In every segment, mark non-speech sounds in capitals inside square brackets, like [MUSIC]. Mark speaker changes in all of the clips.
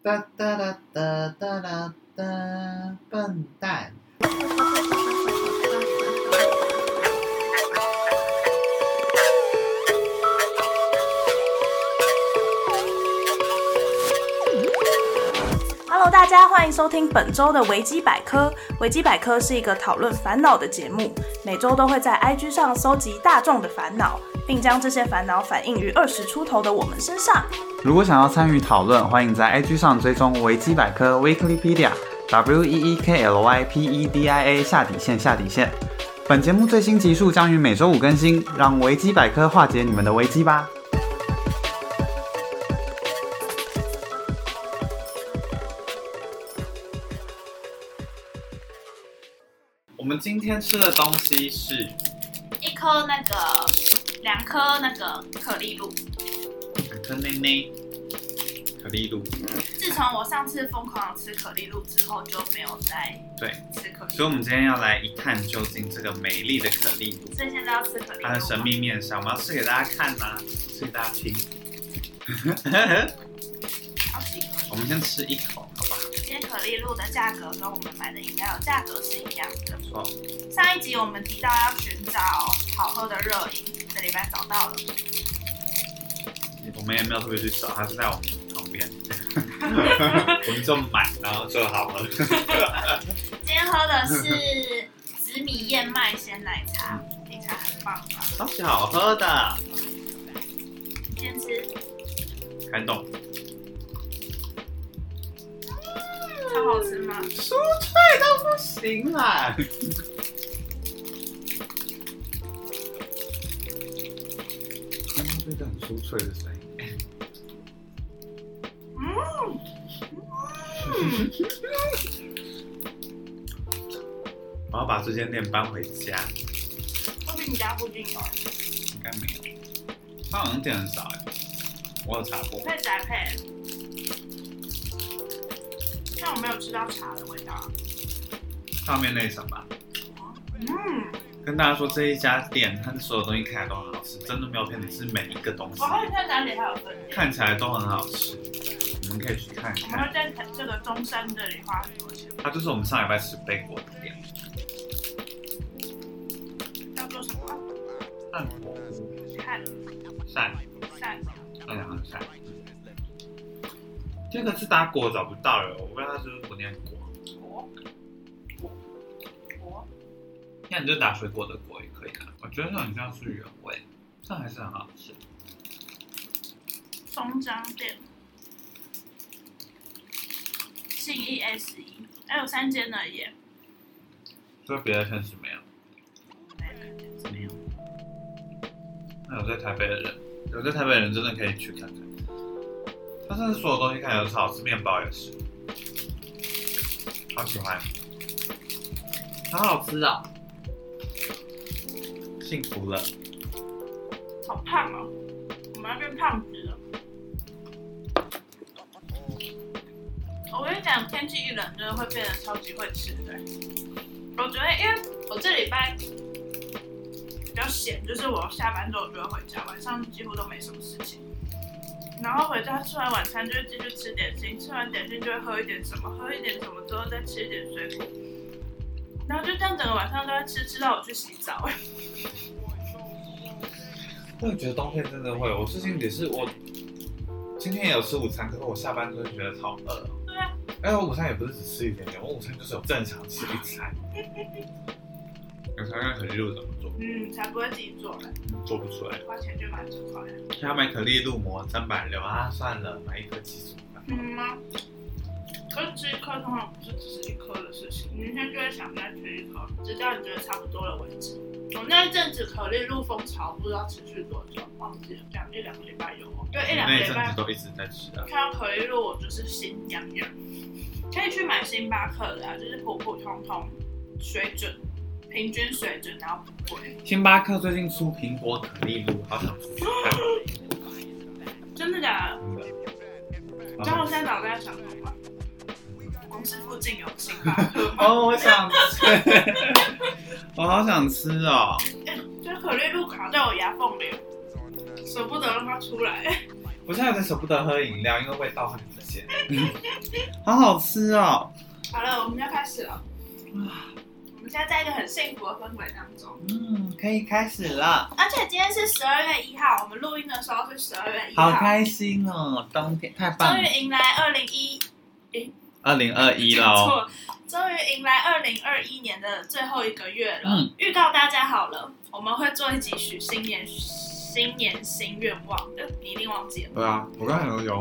Speaker 1: 哒哒哒哒哒哒哒，笨蛋。
Speaker 2: Hello，大家欢迎收听本周的维基百科。维基百科是一个讨论烦恼的节目，每周都会在 IG 上搜集大众的烦恼，并将这些烦恼反映于二十出头的我们身上。
Speaker 1: 如果想要参与讨论，欢迎在 IG 上追踪维基百科 Wikipedia W E E K L Y P E D I A 下底线下底线。本节目最新集数将于每周五更新，让维基百科化解你们的危机吧。我们今天吃的东西是
Speaker 2: 一颗那个，两颗那个可丽露。
Speaker 1: 两颗内内可丽露，
Speaker 2: 自从我上次疯狂地吃可丽露之后，就没有再
Speaker 1: 对，
Speaker 2: 吃可丽
Speaker 1: 所以
Speaker 2: 露
Speaker 1: 我。们今天要来一探究竟这个美丽的可丽露。
Speaker 2: 所以现在要吃可丽露。
Speaker 1: 它的神。秘面纱，我们要试给大家看呐、试给大家听。
Speaker 2: 好奇怪
Speaker 1: 我们先吃一口，好不好？
Speaker 2: 今天可丽露的价格跟我们买的饮料的价格是一样的。
Speaker 1: 不错，
Speaker 2: 上一集我们提到要寻找好喝的热饮，这礼拜找到了。
Speaker 1: 我们也没有特别去找，它是在我们旁边， [LAUGHS] 我们就买，然后就好了。
Speaker 2: 今天喝的是紫米燕麦鲜奶茶，听起来很棒吧？
Speaker 1: 超级好喝的，
Speaker 2: 先吃，
Speaker 1: 感动，
Speaker 2: 超好吃吗？
Speaker 1: 酥脆到不行
Speaker 2: 啊
Speaker 1: 啦！刚刚那个很酥脆的声音，
Speaker 2: 嗯，
Speaker 1: 我要把这间店搬回家，
Speaker 2: 说不定你家附近有，
Speaker 1: 应该没有。它好像店很少哎，我有查过
Speaker 2: 我。可以宅配。但我没有吃到茶的味道。
Speaker 1: 上面那一层吧。
Speaker 2: 嗯，
Speaker 1: 跟大家说，这一家店它的所有东西看起来都很好吃，真的没有骗你，是每一个东西
Speaker 2: 我好想看哪里还有分店。
Speaker 1: 看起来都很好吃。你们可以去看
Speaker 2: 我们
Speaker 1: 看，
Speaker 2: 会在这个中山这里花很多钱。
Speaker 1: 它就是我们上礼拜吃贝果的店，
Speaker 2: 叫做什么？啊
Speaker 1: 蛋果
Speaker 2: 看
Speaker 1: 晒
Speaker 2: 善
Speaker 3: 哎
Speaker 1: 善良的晒。这个是打果找不到了，我不知道它是不是不念果，
Speaker 2: 国国
Speaker 1: 那你就打水果的果也可以啊。我觉得很像是原味，但还是很好吃。
Speaker 2: 松江店，信义 S 一，还有三间呢耶。
Speaker 1: 就是别的城市没有。
Speaker 2: 没有，
Speaker 1: 那有在台北的人，有在台北的人真的可以去看看。它真的所有东西看起来都是好吃，面包也是，好喜欢，好好吃啊、幸福了，
Speaker 2: 好胖哦，我们要变胖子了。我跟你讲，天气一冷，真的会变得超级会吃的。我觉得，因为我这礼拜比较闲，就是我下班之后我就会回家，晚上几乎都没什么事情。然后回家吃完晚餐就会继续吃点心，吃完点心就会喝一点什么，喝一点什么之后再吃一点水果，然后就这样整个晚上都在吃，吃到我去洗澡。 [LAUGHS]
Speaker 1: 我也觉得冬天真的会，我最近也是我。今天也有吃午餐，可是我下班之后就觉得好饿哦。
Speaker 2: 对啊，
Speaker 1: 哎，我午餐也不是只吃一点点，我午餐就是有正常吃一餐。有看看可丽露怎么做，
Speaker 2: 嗯，才不会自己做嘞。
Speaker 1: 做不出来。
Speaker 2: 花钱去买这块。
Speaker 1: 他买可丽露膜三百六啊，算了，买一颗七十块。
Speaker 2: 嗯吗？可是吃一颗通常不是只是一颗的事情，明天就会想再吃一颗，直到你觉得差不多了为止。我那一阵子可丽露风潮不知道持续多久，忘记了，两一两个礼拜有哦，就一两个
Speaker 1: 那一
Speaker 2: 礼
Speaker 1: 阵
Speaker 2: 拜
Speaker 1: 子都一直在吃啊。
Speaker 2: 看到可丽露，我就是心痒痒。可以去买星巴克的、啊，就是普普通通水准，平均水准，然后不贵。
Speaker 1: 星巴克最近出苹果可丽露，好想吃吃啊
Speaker 2: 真的假
Speaker 1: 嗯
Speaker 2: 的？
Speaker 1: 看。
Speaker 2: 你知道我 [LAUGHS] 现在脑袋在想什么
Speaker 1: [LAUGHS]
Speaker 2: 吗？公司附近有星巴克吗？
Speaker 1: 哦，我想吃， [LAUGHS] 我好想吃哦。
Speaker 2: 就可丽露卡在我牙缝里，舍不得让它出来。 [LAUGHS]
Speaker 1: 我现在有点舍不得喝饮料，因为味道很直接。
Speaker 3: 姐，好好吃哦。
Speaker 2: 好了，我们要开始了。我们现在在一个很幸福的氛围当中，
Speaker 3: 嗯，可以开始了，
Speaker 2: 而且今天是十二月一号，我们录音的时候是十二月一号
Speaker 3: 好，开心哦，冬天太棒
Speaker 2: 终于
Speaker 3: 了，
Speaker 2: 迎来二零一，
Speaker 3: 二零二一喽，
Speaker 2: 错，终于迎来二零二一年的最后一个月了。
Speaker 3: 嗯
Speaker 2: 预告大家好了，我们会做一集许新年新年新愿望的，你一定忘记了。
Speaker 3: 对啊，我刚才有有，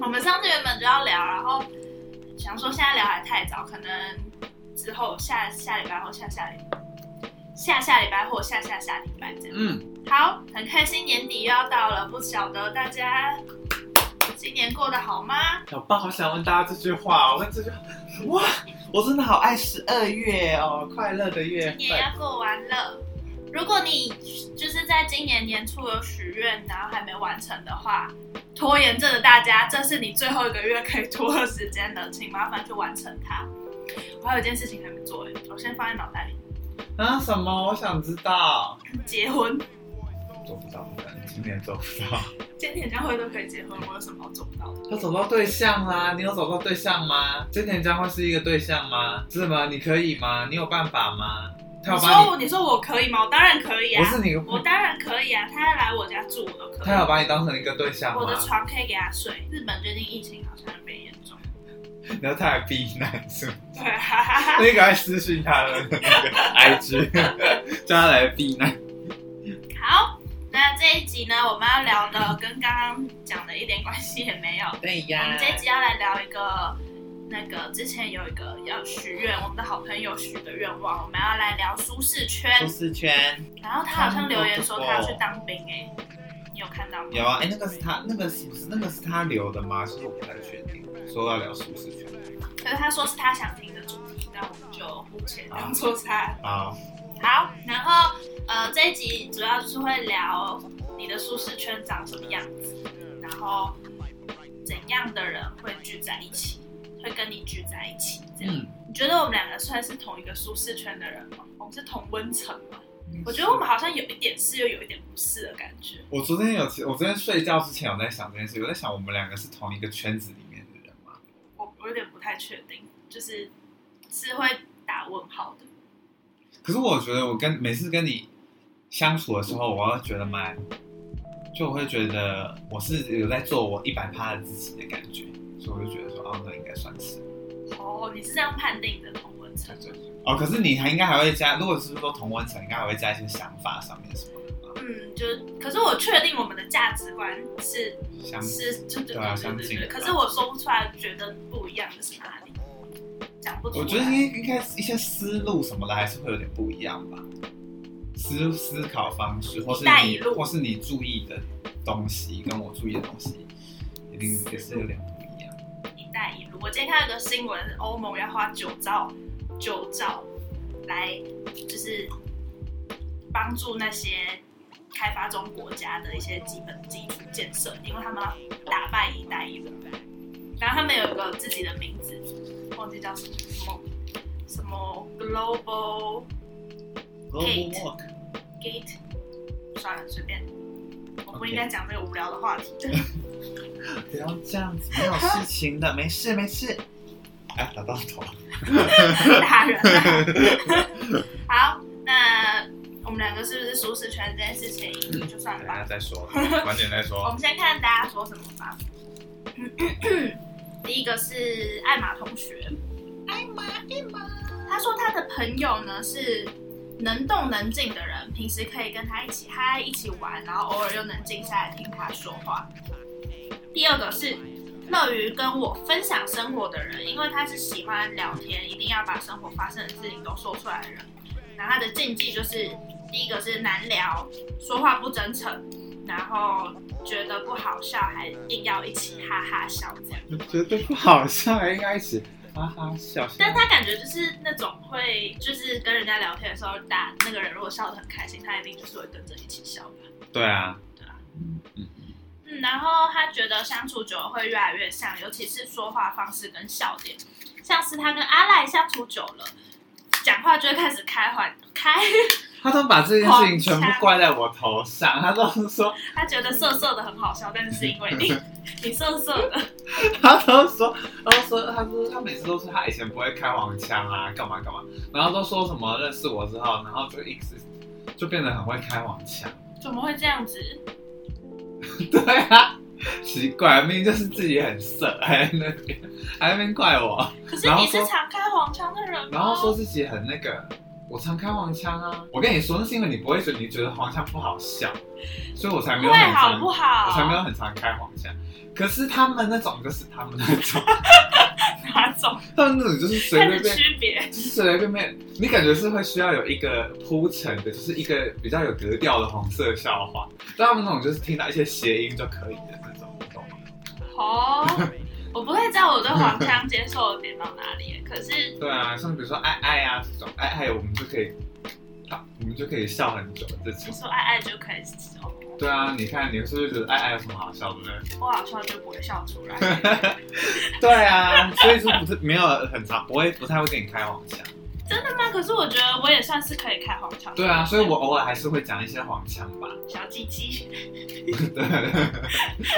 Speaker 2: 我们上次原本就要聊，然后想说现在聊还太早，可能之后下下礼拜或下下礼下下礼拜或下下下礼拜这样。
Speaker 3: 嗯，
Speaker 2: 好，很开心年底又要到了，不晓得大家今年过得好吗？
Speaker 3: 小爸好想问大家这句话，我问这句话，哇，我真的好爱十二月哦，快乐的月
Speaker 2: 今年
Speaker 3: 份，
Speaker 2: 要过完了。如果你就是在今年年初有许愿，然后还没完成的话，拖延症的大家，这是你最后一个月可以拖的时间了，请麻烦去完成它。我还有一件事情还没做哎，我先放在脑袋里。
Speaker 3: 啊什么？我想知道，
Speaker 2: 结婚，
Speaker 3: 做不到，不能，今年做不到。
Speaker 2: 今天将会都可以结婚，我有什么好做不到的？
Speaker 3: 要找到对象啦，你有找到对象吗？今年将会是一个对象吗？是吗？你可以吗？你有办法吗？他
Speaker 2: 你
Speaker 3: 有帮
Speaker 2: 说
Speaker 3: 你，
Speaker 2: 我，你说我可以吗？我当然可以啊
Speaker 3: 不，是你，
Speaker 2: 我当然可以啊，他要来我家住我都可以。
Speaker 3: [LAUGHS] 他有把你当成一个对象
Speaker 2: 我
Speaker 3: 吗
Speaker 2: 的？床可以给他睡。日本最近疫情好像变严重。
Speaker 3: 然后他还避难是吗？ [LAUGHS]
Speaker 2: 对啊，
Speaker 3: 那个还私讯他的那个 [LAUGHS] IG，叫他来避难。
Speaker 2: 好，那这一集呢，我们要聊的跟刚刚讲的一点关系也没有。
Speaker 3: [LAUGHS] 对
Speaker 2: 我们这一集要来聊一个，那个之前有一个要许愿，我们的好朋友许的愿望，我们要来聊舒适圈。
Speaker 3: 舒适圈
Speaker 2: 然后他好像留言说他要去当兵哎、你有看到吗？
Speaker 3: 有啊，哎、那个是他，那个是不是那个是他留的吗？其实我不太确定。说要聊舒适圈
Speaker 2: 可是他说是他想听的主题，那我们就目前当做他
Speaker 3: 啊，
Speaker 2: 好。然后呃，这一集主要就是会聊你的舒适圈长什么样子，然后怎样的人会聚在一起，会跟你聚在一起。这样，
Speaker 3: 嗯，
Speaker 2: 你觉得我们两个算是同一个舒适圈的人吗？我们是同温层吗？我觉得我们好像有一点是，又有一点不是的感觉。
Speaker 3: 我昨天有，我昨天睡觉之前有在想这件事，我在想我们两个是同一个圈子里面的人吗？
Speaker 2: 我我有点不太确定，就是是会打问号的。
Speaker 3: 可是我觉得我跟每次跟你相处的时候，我会觉得蛮，就我会觉得我是有在做我一百趴的自己的感觉，所以我就觉得说，哦，那应该算是
Speaker 2: 哦，你是这样判定的同文层？
Speaker 3: 哦。可是你还应该还会加，如果是说同温层，应该还会加一些想法上面什么的吧？
Speaker 2: 嗯，就是，可是我确定我们的价值观是
Speaker 3: 想
Speaker 2: 是，就对对
Speaker 3: 对啊
Speaker 2: 对
Speaker 3: 相
Speaker 2: 对
Speaker 3: 近
Speaker 2: 对。
Speaker 3: 的
Speaker 2: 可
Speaker 3: 吧
Speaker 2: 是我说不出来，觉得不一样的是哪里，讲不出来。
Speaker 3: 我觉得应该应该是一些思路什么的还是会有点不一样吧，思思考方式，或是
Speaker 2: 一带一
Speaker 3: 你
Speaker 2: 路
Speaker 3: 或是你注意的东西跟我注意的东西，一定也是有点不一样。
Speaker 2: 一带一路。我今天看到一个新闻，欧盟要花九兆九兆来，就是帮助那些开发中国家的一些基本基础建设，因为他们要打败一带一路。然后他们有一个自己的名字，忘记叫什么什么什么 Global Kate
Speaker 3: Global walk
Speaker 2: Gate，算了，随便。我不应该讲这个无聊的话题。
Speaker 3: 不要这样子，没有事情的，没事没事。哎，打到头。
Speaker 2: 大人、啊。好，那我们两个是不是舒适圈这件事情就算
Speaker 3: 等
Speaker 2: 了吧
Speaker 3: 一下。再
Speaker 2: [LAUGHS]
Speaker 3: 说，晚点再
Speaker 2: 我
Speaker 3: 说。
Speaker 2: 们先看大家说什么吧。 [CLEARS THROAT] 第一个是艾玛同学，艾玛，艾玛，他说他的朋友呢是能动能静的人，平时可以跟他一起嗨、一起玩，然后偶尔又能静下来听他说话。第二个是乐于跟我分享生活的人，因为他是喜欢聊天，一定要把生活发生的事情都说出来的人。然后他的禁忌就是第一个是难聊，说话不真诚，然后觉得不好笑还硬要一起哈哈笑这样。
Speaker 3: 我觉得不好笑，应该一起哈
Speaker 2: 哦
Speaker 3: 哈笑笑。
Speaker 2: 但他感觉就是那种会，就是跟人家聊天的时候，打那个人如果笑得很开心，他一定就是会跟着一起笑吧。
Speaker 3: 对啊，
Speaker 2: 嗯，然后他觉得相处久了会越来越像，尤其是说话方式跟笑点，像是他跟阿赖相处久了，讲话就会开始开玩开
Speaker 3: [LAUGHS] 他都把这件事情全部怪在我头上，他都说，
Speaker 2: 他觉得色色的很好笑，但是因为
Speaker 3: [LAUGHS]
Speaker 2: 你你色色的，
Speaker 3: 他都说，他都说，他说他每次都说他以前不会开黄腔啊，干嘛干嘛，然后都说什么认识我之后，然后就一直就变得很会开黄腔。 [LAUGHS]
Speaker 2: 怎么会这样子？
Speaker 3: 对啊，奇怪，明明就是自己很色，还在那边还在那边怪我，
Speaker 2: 可是
Speaker 3: 然后
Speaker 2: 你是
Speaker 3: 说
Speaker 2: 常开黄腔的人吗？
Speaker 3: 然后说自己很那个，我常开黄腔啊。我跟你说，那是因为你不会觉得你觉得黄腔不好笑，所以我才没有
Speaker 2: 会
Speaker 3: 很
Speaker 2: 好
Speaker 3: 常，
Speaker 2: 不
Speaker 3: 我
Speaker 2: 好？
Speaker 3: 才没有很常开黄腔。可是他们那种就是他们那种，
Speaker 2: 哪种？
Speaker 3: 他们那种就是随
Speaker 2: 开 [LAUGHS]
Speaker 3: 随
Speaker 2: 始区
Speaker 3: 便。
Speaker 2: 别。
Speaker 3: 就是随随便便，你感觉是会需要有一个铺陈的，就是一个比较有格调的红色笑话。但他们那种就是听到一些谐音就可以的那种，你懂吗？
Speaker 2: 哦，我不会知道我对黄腔接受的点到哪里，可是
Speaker 3: 对啊，像比如说爱爱啊这种，爱爱我们就可以，啊我们就可以笑很久的这种
Speaker 2: 你。说爱爱就可以哦，
Speaker 3: 对啊，你看你是不是觉得爱爱有什么好笑的呢？
Speaker 2: 我好笑就不会笑出
Speaker 3: [LAUGHS]
Speaker 2: 来。
Speaker 3: 对啊，所以说不是没有很常，不会不太会跟你开黄腔。
Speaker 2: 那可是我觉得我也算是可以开黄腔。
Speaker 3: 对啊，所以我偶尔还是会讲一些黄腔 [LAUGHS] 吧。
Speaker 2: 小鸡鸡，
Speaker 3: 对，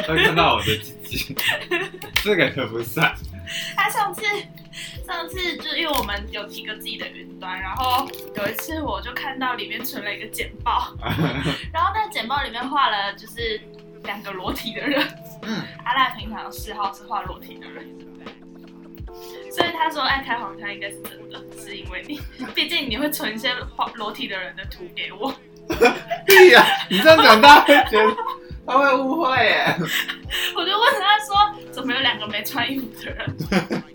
Speaker 3: 会看到我的鸡鸡，这个可不 [LAUGHS] 算。
Speaker 2: 他上次上次就因为我们有提个自己的云端，然后有一次我就看到里面存了一个简报，然后那简报里面画了就是两个裸体的人。
Speaker 3: 嗯，
Speaker 2: 阿赖平常嗜好是画裸体的人，所以他说爱开黄腔应该是真的，是因为你，毕竟你会存一些画裸体的人的图给我。
Speaker 3: 对呀、啊你这样讲，大家会觉得他会误会耶。
Speaker 2: 我就问他说，怎么有两个没穿衣服的人？ [LAUGHS]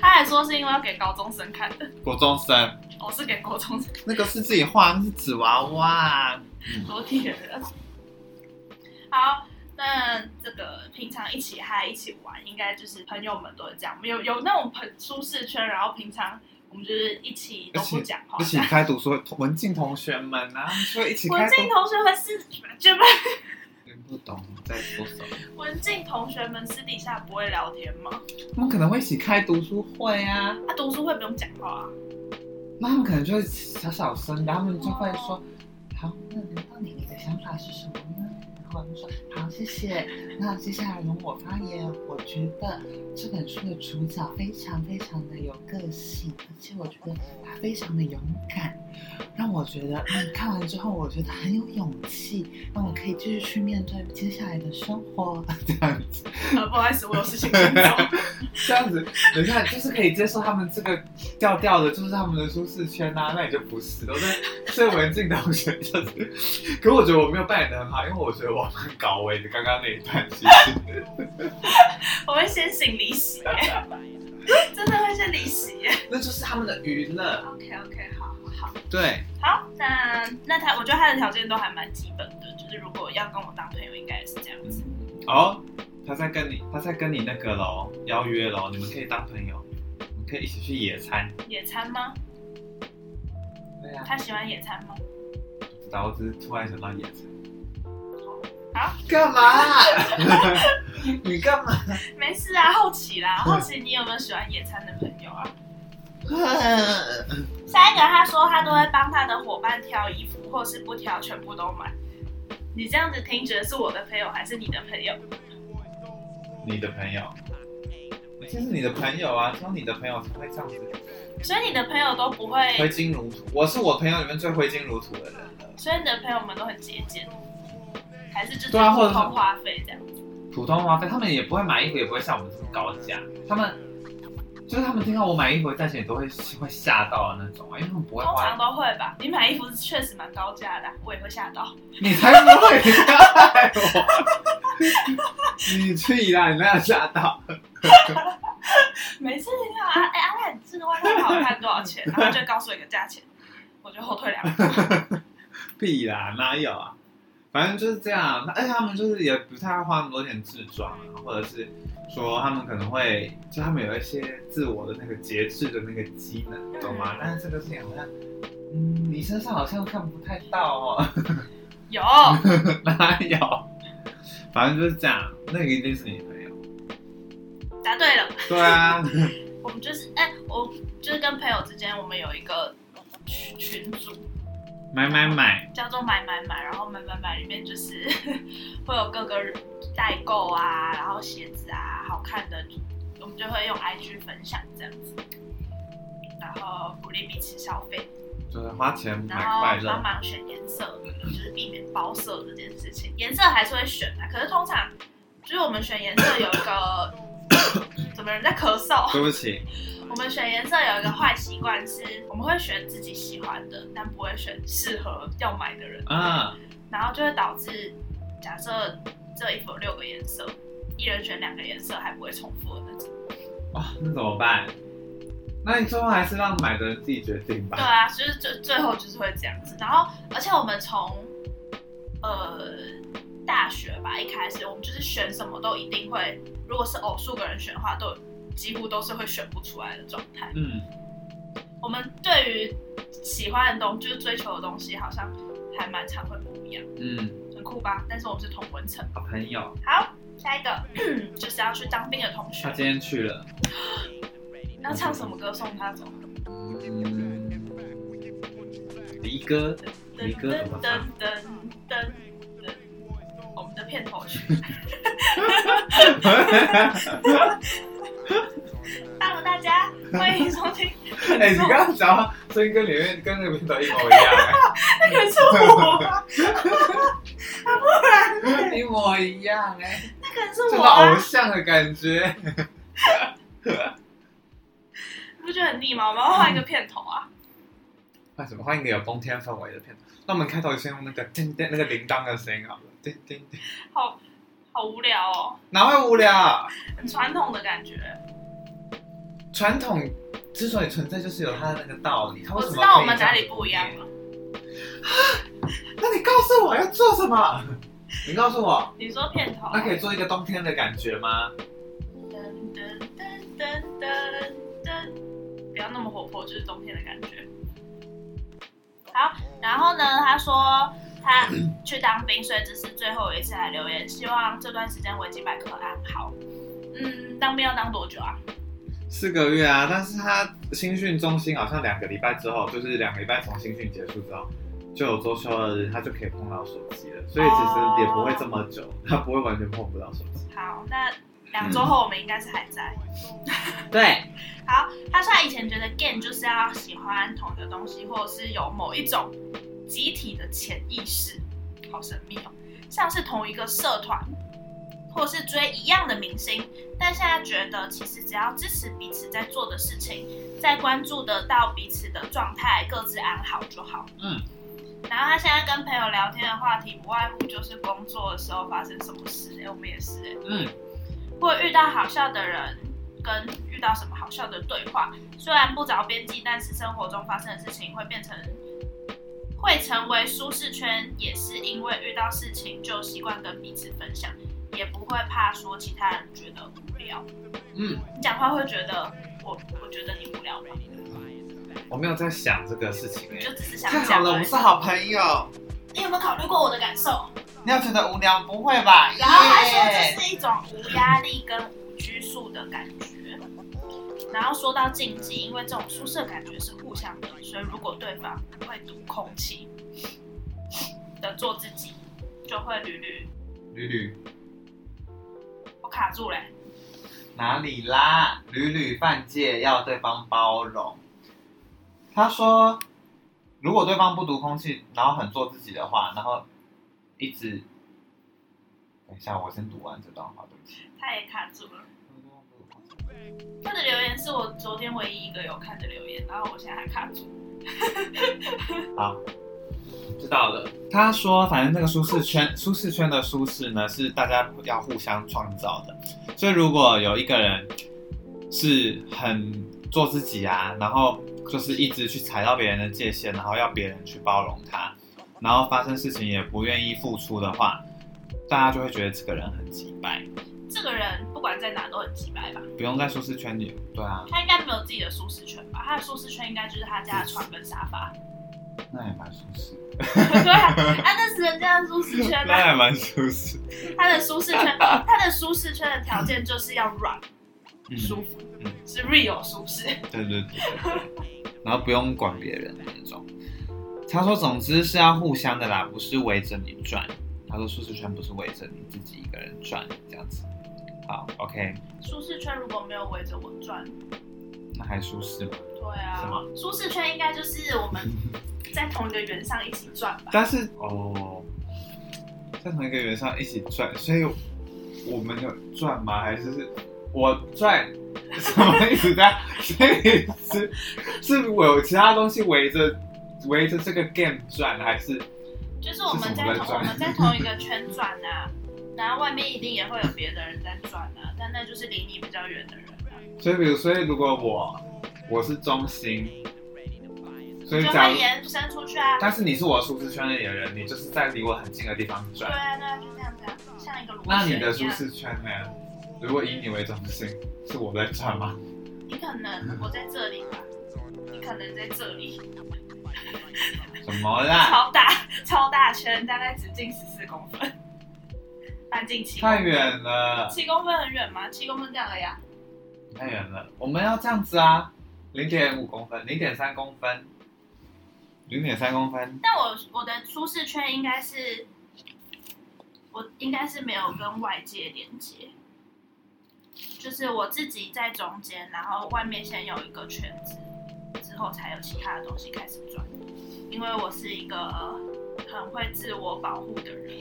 Speaker 2: 他还说是因为要给高中生看的，
Speaker 3: 国中生
Speaker 2: 我、是给高中生
Speaker 3: 那个是自己画，那是纸娃娃。
Speaker 2: 裸体的人。好，那这个平常一起嗨一起玩，应该就是朋友们都是这样，有有那种朋舒适圈，然后平常我们就是一起都不讲话，
Speaker 3: 一起开读书会，文静同学们啊，他们就一起开
Speaker 2: 文
Speaker 3: 读
Speaker 2: 静同学们私，就不
Speaker 3: 不懂在说什么。
Speaker 2: 文静同学们私底下不会聊天吗？
Speaker 3: 他们可能会一起开读书会啊，
Speaker 2: 啊，读书会不用讲话啊。
Speaker 3: 那他们可能就会小小声的，他们就会说：“好，那轮到你，你的想法是什么呢？”然后他们说：“好，谢谢。”那接下来轮我发言。我觉得这本书的主角非常非常的有个性，而且我觉得他非常的勇敢，让我觉得嗯，看完之后我觉得很有勇气，让我可以继续去面对接下来的生活。这样子，
Speaker 2: 呃，不好意思，我有事情先走。
Speaker 3: [LAUGHS] 这样子，你看，就是可以接受他们这个调调的，就是他们的舒适圈呐、那你就不是了。那所以文静同学就是，可我觉得我没有扮演的很好，因为我觉得我蛮搞味的。刚刚那一段其实，
Speaker 2: 我会先行离席，真的会先离席。
Speaker 3: 那就是他们的娱乐。
Speaker 2: OK OK，好好好
Speaker 3: 对，
Speaker 2: 好，那那他，我觉得他的条件都还蛮基本的，就是如果要跟我当朋友，应该也是这样子。
Speaker 3: 哦，他在跟你，他在跟你那个喽，邀约喽，你们可以当朋友，你们可以一起去野餐。
Speaker 2: 野餐吗？
Speaker 3: 对啊，
Speaker 2: 他喜欢野餐吗？
Speaker 3: 不知道，我只是突然想到野餐。
Speaker 2: 好，
Speaker 3: 干嘛？你干嘛？
Speaker 2: 没事啊，好奇啦，
Speaker 3: 嗯
Speaker 2: 好奇你有没有喜欢野餐的朋友啊？下一个他说他都会帮他的伙伴挑衣服，或是不挑全部都买。你这样子听，觉得是我的朋友还是你的朋友？
Speaker 3: 你的朋友，这是你的朋友啊，挑你的朋友才会这样子
Speaker 2: 所以你的朋友都不
Speaker 3: 挥
Speaker 2: 会，
Speaker 3: 金如土。我是我朋友里面最挥金如土的人了。
Speaker 2: 所以你的朋友们都很节俭，还是就是普
Speaker 3: 对啊或者是
Speaker 2: 通花费这样？
Speaker 3: 普通花费，他们也不会买衣服，也不会像我们这么高价。他们就是他们听到我买衣服的价钱，也都会会吓到的那种啊，因为他们不会
Speaker 2: 通常
Speaker 3: 花。
Speaker 2: 都会吧。你买衣服确实蛮高价的啊、我也会吓到。
Speaker 3: 你才不会害我！你去啦，你没有啊吓到。
Speaker 2: 每次听到啊，哎、阿赖，你这个外套好看多少
Speaker 3: [LAUGHS]
Speaker 2: 钱？然后他就会告诉我一个价钱，我就后退两步。
Speaker 3: 屁啦，哪有啊？反正就是这样。而且他们就是也不太会花那么多钱自装啊，或者是说他们可能会，就他们有一些自我的那个节制的那个机能，懂吗？但是这个事情好像，嗯，你身上好像看不太到哦，
Speaker 2: 有，
Speaker 3: 哪有？
Speaker 2: [LAUGHS]
Speaker 3: 反正就是这样，那个一定是你朋友。
Speaker 2: 答对了。
Speaker 3: 对啊，
Speaker 2: 我们就是哎、我就是跟朋友之间，我们有一个群群组，
Speaker 3: 买买买，
Speaker 2: 叫做买买买，然后买买买里面就是 [LAUGHS] 会有各个代购啊，然后鞋子啊，好看的，我们就会用 IG 分享这样子，然后鼓励彼此消费，
Speaker 3: 就是花钱买
Speaker 2: 然后
Speaker 3: 快
Speaker 2: 帮 [LAUGHS]
Speaker 3: 乐。
Speaker 2: 忙选颜色，就是避免包色这件事情。颜色还是会选的、可是通常就是我们选颜色有一个， [COUGHS] 怎么有人在咳嗽？
Speaker 3: 对不起，
Speaker 2: 我们选颜色有一个坏习惯是，我们会选自己喜欢的，但不会选适合要买的人。
Speaker 3: 啊，
Speaker 2: 然后就会导致，假设这衣服有六个颜色，一人选两个颜色还不会重复的那种。
Speaker 3: 哇、那怎么办？那你最后还是让买的人自己决定吧。
Speaker 2: 对啊，就是最最后就是会这样子。然后，而且我们从呃大学吧一开始，我们就是选什么都一定会，如果是偶数个人选的话，都几乎都是会选不出来的状态。 [LAUGHS]
Speaker 3: 嗯，
Speaker 2: 我们对于喜欢的东，就是追求的东西，好像还蛮常会不一样，
Speaker 3: 嗯，
Speaker 2: 很酷吧？但是我们是同温层。
Speaker 3: 好朋友，
Speaker 2: 好，下一个就是要去当兵的同学
Speaker 3: 他。今天去了。
Speaker 2: 要唱什么歌送他走？
Speaker 3: 嗯，离歌，离歌怎么唱？
Speaker 2: 噔噔，我们的片头曲。Hello，大家，欢迎收听。
Speaker 3: 哎、你刚刚讲话声音跟里面跟那个片头一模一
Speaker 2: [LAUGHS]
Speaker 3: 样、 [LAUGHS]
Speaker 2: 那个是我啊，
Speaker 3: 一模一样哎、
Speaker 2: 那个是
Speaker 3: 这
Speaker 2: 我
Speaker 3: 种偶
Speaker 2: 啊，
Speaker 3: 像的感觉。
Speaker 2: 你不觉得很腻吗？我们要换一个片头啊。
Speaker 3: 换什么？换一个有冬天氛围的片头。那我们开头先用那个叮叮那个铃铛的声音好了，叮叮叮，
Speaker 2: 好好无聊哦，
Speaker 3: 哪会无聊啊？
Speaker 2: 很传统的感觉。
Speaker 3: 嗯传统之所以存在，就是有它的那个道理。它
Speaker 2: 我
Speaker 3: 为什么
Speaker 2: 知道
Speaker 3: 可
Speaker 2: 我
Speaker 3: 以
Speaker 2: 们
Speaker 3: 这
Speaker 2: 哪
Speaker 3: 样
Speaker 2: 里不一样了。
Speaker 3: 那你告诉我要做
Speaker 2: [LAUGHS]
Speaker 3: 什么？你告诉我，
Speaker 2: 你说片头啊？
Speaker 3: 那可以做一个冬天的感觉吗？
Speaker 2: 噔噔噔噔噔噔，不要那么活泼，就是冬天的感觉。好，然后呢，他说他去当兵，所以这是最后一次来留言，希望这段时间维基百科安好。嗯，当兵要当多久啊？
Speaker 3: 四个月啊，但是他新训中心好像两个礼拜之后，就是两个礼拜从新训结束之后，就有周休二日，他就可以碰到手机了，所以其实也不会这么久，
Speaker 2: 哦
Speaker 3: 他不会完全碰不到手机。
Speaker 2: 好，那两周后我们应该是还在。
Speaker 3: 对，
Speaker 2: 好，他说他以前觉得 game 就是要喜欢同一个东西，或者是有某一种集体的潜意识，好神秘哦，像是同一个社团，或是追一样的明星。但现在觉得，其实只要支持彼此在做的事情，在关注得到彼此的状态，各自安好就好。
Speaker 3: 嗯。
Speaker 2: 然后他现在跟朋友聊天的话题，不外乎就是工作的时候发生什么事。哎、我们也是哎、
Speaker 3: 嗯，
Speaker 2: 或遇到好笑的人，跟遇到什么好笑的对话，虽然不着边际，但是生活中发生的事情会变成，会成为舒适圈，也是因为遇到事情就习惯跟彼此分享，也不会怕说其他人觉得无聊。
Speaker 3: 嗯，
Speaker 2: 你讲话会觉得我，我觉得你无聊吗？
Speaker 3: 我没有在想这个事情
Speaker 2: 你
Speaker 3: 哎、
Speaker 2: 就只是想
Speaker 3: 太好
Speaker 2: 讲
Speaker 3: 了，我
Speaker 2: 而
Speaker 3: 们
Speaker 2: 已。
Speaker 3: 是好朋友。
Speaker 2: 你有没有考虑过我的感受？
Speaker 3: 你要觉得无聊，不会吧？
Speaker 2: 然后他说
Speaker 3: 耶
Speaker 2: 这是一种无压力跟无拘束的感觉。然后说到禁忌，因为这种舒适的感觉是互相的，所以如果对方不会读空气的做自己，就会屡屡
Speaker 3: 吕吕
Speaker 2: 我卡住嘞、
Speaker 3: 哪里啦？屡屡犯戒，要对方包容。他说，如果对方不读空气，然后很做自己的话，然后一直……等一下，我先读完这段话，对不起。
Speaker 2: 他也卡住了。他的留言是我昨天唯一一个有看的留言，然后我现在还卡住。
Speaker 3: 知道了。他说，反正那个舒适圈，舒适圈的舒适呢，是大家要互相创造的。所以如果有一个人是很做自己啊，然后就是一直去踩到别人的界限，然后要别人去包容他，然后发生事情也不愿意付出的话，大家就会觉得这个人很鸡掰，
Speaker 2: 这个人不管在哪都很鸡掰吧？
Speaker 3: 不用在舒适圈里。对 [LAUGHS] 啊，
Speaker 2: 他应该没有自己的舒适圈吧？他的舒适圈应该就是他家的床跟沙发。
Speaker 3: 那也蛮舒适，
Speaker 2: 对啊，啊那是人家的舒适圈啊。
Speaker 3: 也蛮舒适。
Speaker 2: 他的舒适圈，他的舒适圈的条件就是要软、
Speaker 3: 嗯，
Speaker 2: 舒服
Speaker 3: 嗯，
Speaker 2: 是 real 舒适。
Speaker 3: 对对对对对，然后不用管别人的那种。他说总之是要互相的啦，不是围着你转。他说舒适圈不是围着你自己一个人转这样子。好，OK，
Speaker 2: 舒适圈如果没有围着我转，
Speaker 3: 那还舒适吗？
Speaker 2: 对
Speaker 3: 什
Speaker 2: 啊，
Speaker 3: 么
Speaker 2: 舒适圈应该就是我们在同一个圆上一起转吧。
Speaker 3: 但是哦，在同一个圆上一起转，所以我们有转吗？还是是我转？什么意思？在所以是是我有其他东西围着围着这个 game 转，还是
Speaker 2: 就是我们在
Speaker 3: 是什么在
Speaker 2: 同
Speaker 3: 转
Speaker 2: 我们在同一个圈转啊，然后外面一定也会有别的人在转啊，但那就是离你比较远的人啊、
Speaker 3: 所以比如所以如果我我是中心，所以
Speaker 2: 就
Speaker 3: 嗯假如
Speaker 2: 会延伸出去啊。
Speaker 3: 但是你是我舒适圈里的人，你就是在离我很近的地方
Speaker 2: 对
Speaker 3: 转，
Speaker 2: 啊，对啊，就这样子啊，像一个螺
Speaker 3: 那
Speaker 2: 旋一
Speaker 3: 你
Speaker 2: 样。
Speaker 3: 的舒适圈呢？如果以你为中心，是我在转
Speaker 2: [LAUGHS]
Speaker 3: 吗？
Speaker 2: 你可能我在这里吧，你可能在这里，
Speaker 3: 什么啦？
Speaker 2: 超大 [LAUGHS] 超大圈，大概直径十四公分， [LAUGHS] 半径七公
Speaker 3: 太
Speaker 2: 分。
Speaker 3: 远了，
Speaker 2: 七公分很远吗？七公分这样而已、啊。
Speaker 3: 太远了。我们要这样子啊，零点五公分，零点三公分，零点三公分。
Speaker 2: 但我我的舒适圈应该是，我应该是没有跟外界连接，就是我自己在中间，然后外面先有一个圈子，之后才有其他的东西开始转。因为我是一个呃很会自我保护的人，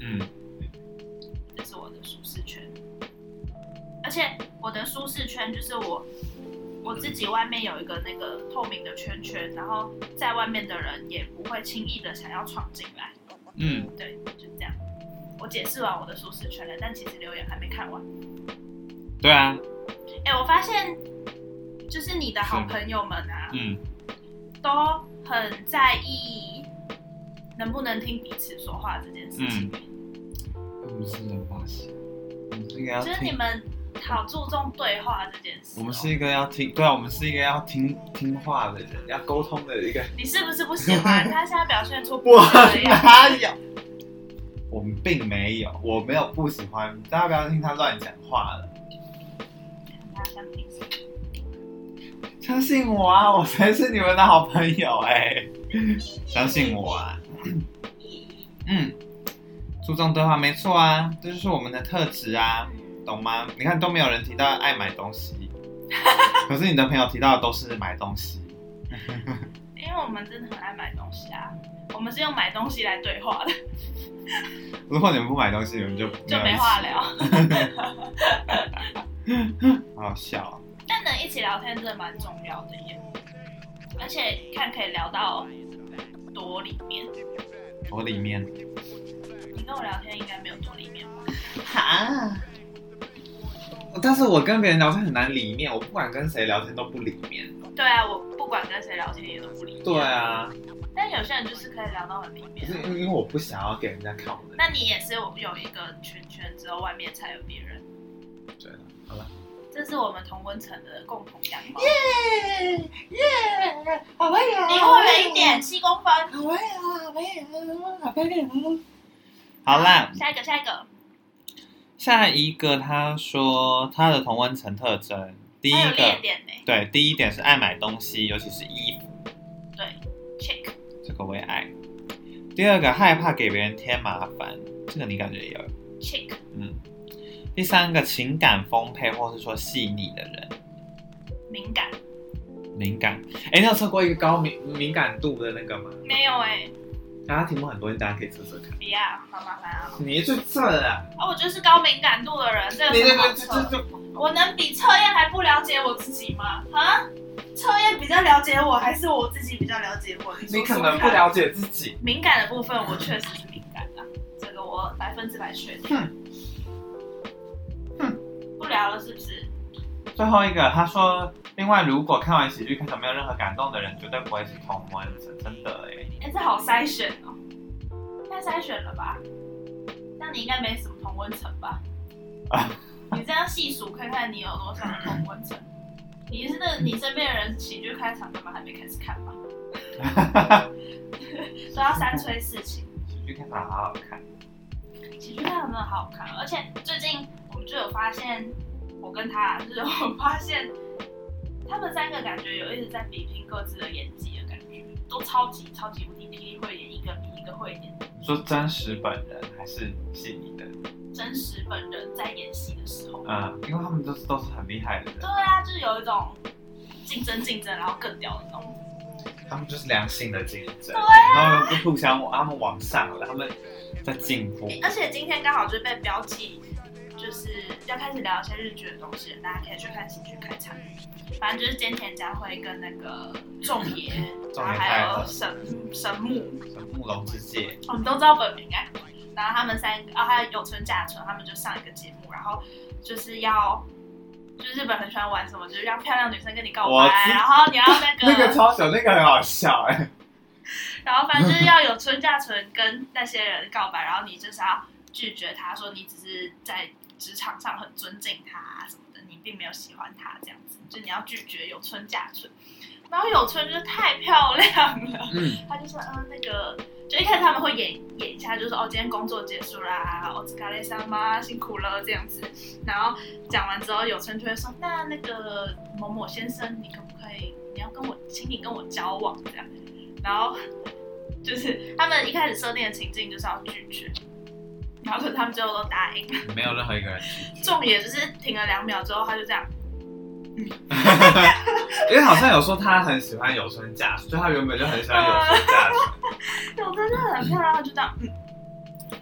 Speaker 3: 嗯，
Speaker 2: 这是我的舒适圈。而且我的舒适圈就是我我自己外面有一个那个透明的圈圈，然后在外面的人也不会轻易的想要闯进来。
Speaker 3: 嗯，
Speaker 2: 对，就这样。我解释完我的舒适圈了，但其实留言还没看完。
Speaker 3: 对啊，
Speaker 2: 哎、我发现就是你的好朋友们啊，
Speaker 3: 嗯，
Speaker 2: 都很在意能不能听彼此说话这件事情。
Speaker 3: 嗯我们是人发现，我们是一个要
Speaker 2: 就是你
Speaker 3: 听，
Speaker 2: 们好注重对话这件事哦、
Speaker 3: 我们是一个要听，对啊，我们是一个要听听话的人，要沟通的
Speaker 2: [LAUGHS]
Speaker 3: 一个。
Speaker 2: 你是不是不喜欢？
Speaker 3: [LAUGHS]
Speaker 2: 他现在表现出不
Speaker 3: 我
Speaker 2: 是这样。
Speaker 3: 哪有？我们并没有，我没有不喜欢，大家不要听他乱讲话了，
Speaker 2: 他相信你
Speaker 3: 相信我啊，我才是你们的好朋友哎、相信我啊，嗯，注重对话没错啊，这就是我们的特质啊，
Speaker 2: 嗯
Speaker 3: 懂吗？你看都没有人提到爱买东西， [LAUGHS] 可是你的朋友提到的都是买东西，
Speaker 2: 因为我们真的很爱买东西啊，我们是用买东西来对话
Speaker 3: [LAUGHS]
Speaker 2: 的，
Speaker 3: 如果你们不买东西，你们就
Speaker 2: 就
Speaker 3: 有
Speaker 2: 没
Speaker 3: 一起
Speaker 2: 话，聊。
Speaker 3: 好好笑哦、
Speaker 2: 但能一起聊天真的蛮重要的耶，而且看可以聊到多里面。
Speaker 3: 我里面
Speaker 2: 你跟我聊天应该没有多里面吧？
Speaker 3: 啊。但是我跟别人聊天很难理面，我不管跟谁聊天都不理面。
Speaker 2: 对啊，我不管跟谁聊天也都不理。
Speaker 3: 对啊，
Speaker 2: 但有些人就是可以聊到很里
Speaker 3: 可
Speaker 2: 面啊
Speaker 3: 是。因为我不想要给人家看我的。
Speaker 2: 那你也是有一个圈圈之后，外面才有别人。
Speaker 3: 对了，好了。
Speaker 2: 这是我们同温层的共同样貌。
Speaker 4: 耶耶，好朋友，
Speaker 2: 离我远一点，，七公分。
Speaker 4: 好朋友，好朋友，好朋友。
Speaker 3: 好啦，
Speaker 2: 下一个，下一个。
Speaker 3: 下一个他说他的同温层特征，第一
Speaker 2: 还有列
Speaker 3: 个
Speaker 2: 点呢
Speaker 3: 对，第一点是爱买东西，尤其是衣服，
Speaker 2: ，check。
Speaker 3: 这个我也爱。第二个害怕给别人添麻烦，这个你感觉也有。
Speaker 2: check，
Speaker 3: 嗯。第三个情感丰沛或是说细腻的人，
Speaker 2: 敏感
Speaker 3: 敏感。哎，你有测过一个高敏敏感度的那个吗？
Speaker 2: 没有哎、
Speaker 3: 啊，题目很多，大家可以测测看。
Speaker 2: 不要，好麻烦啊！
Speaker 3: 你去测啊！
Speaker 2: 啊，我就是高敏感度的人，这有
Speaker 3: 你
Speaker 2: 什
Speaker 3: 这
Speaker 2: 么好
Speaker 3: 个这这
Speaker 2: 测？
Speaker 3: 这，
Speaker 2: 我能比测验还不了解我自己吗？啊，测验比较了解我，还是我自己比较了解我？你
Speaker 3: 你
Speaker 2: 说
Speaker 3: 可
Speaker 2: 说
Speaker 3: 能不
Speaker 2: 看
Speaker 3: 了解自己。
Speaker 2: 敏感的部分，我确实是敏感的、这个我百分之百确定。
Speaker 3: 哼
Speaker 2: 不聊了是不是？
Speaker 3: 最后一个，他说，另外如果看完喜剧开头没有任何感动的人，绝对不会是同温层，真的哎。
Speaker 2: 哎、这好筛选哦，太筛选了吧？那你应该没什么同温层吧？
Speaker 3: 啊
Speaker 2: 你这样细数看看你有多少同温层？你是那你身边的人喜剧开场干嘛还没开始看吧？ [LAUGHS] 都要三催四请。
Speaker 3: 喜剧开场好好看，
Speaker 2: 喜剧看真的好好看，而且最近我们就有发现，我跟他就是我发现他们三个感觉有一直在比拼各自的演技的感觉，都超级超级无敌霹雳慧眼，一个比一个慧眼。
Speaker 3: 说真实本人还是戏里的？
Speaker 2: 真实本人在演戏的时候，
Speaker 3: 嗯，因为他们都是都是很厉害的人
Speaker 2: 对，啊，就是有一种竞争竞争，然后更屌的那种。
Speaker 3: 他们就是良性的竞争，然后就互相往，他们往上了，他们在进步。
Speaker 2: 而且今天刚好就是被标记，就是要开始聊一些日剧的东西，大家可以去看喜剧开场。反正就是菅田将晖跟那个仲野，
Speaker 3: 重
Speaker 2: 然后还
Speaker 3: 点太
Speaker 2: 有
Speaker 3: 了，
Speaker 2: 神神木，
Speaker 3: 什么慕容之介，
Speaker 2: 我们都知道本名哎、然后他们三个，啊、还有有村架纯，他们就上一个节目，然后就是要，就是日本很喜欢玩什么，就是让漂亮女生跟你告
Speaker 3: 我
Speaker 2: 白，
Speaker 3: 知
Speaker 2: 然后你要那个，
Speaker 3: [LAUGHS] 那个超小，那个很好笑哎、
Speaker 2: 然后反正就是要有村架纯跟那些人告白，然后你就是要拒绝他说你只是在职场上很尊敬他、啊、什么的，你并没有喜欢他这样子，就你要拒绝有村架纯。然后有村就是太漂亮了，
Speaker 3: 嗯，
Speaker 2: 他就说嗯、呃那个，就一开始他们会演演一下，就说哦今天工作结束啦，我疲れ様辛苦了这样子。然后讲完之后，有村就会说那那个某某先生，你可不可以你要跟我，请你跟我交往这样。然后就是 [LAUGHS] 他们一开始设定的情境就是要拒绝，然后可是他们最后都答应了。
Speaker 3: 没有任何一个人拒绝，
Speaker 2: 重野就是停了两秒之后，他就这样，
Speaker 3: 因为好像有说他很喜欢有村架纯，就他原本就很喜欢有村架纯，
Speaker 2: 有真的很漂亮，他就这样，嗯。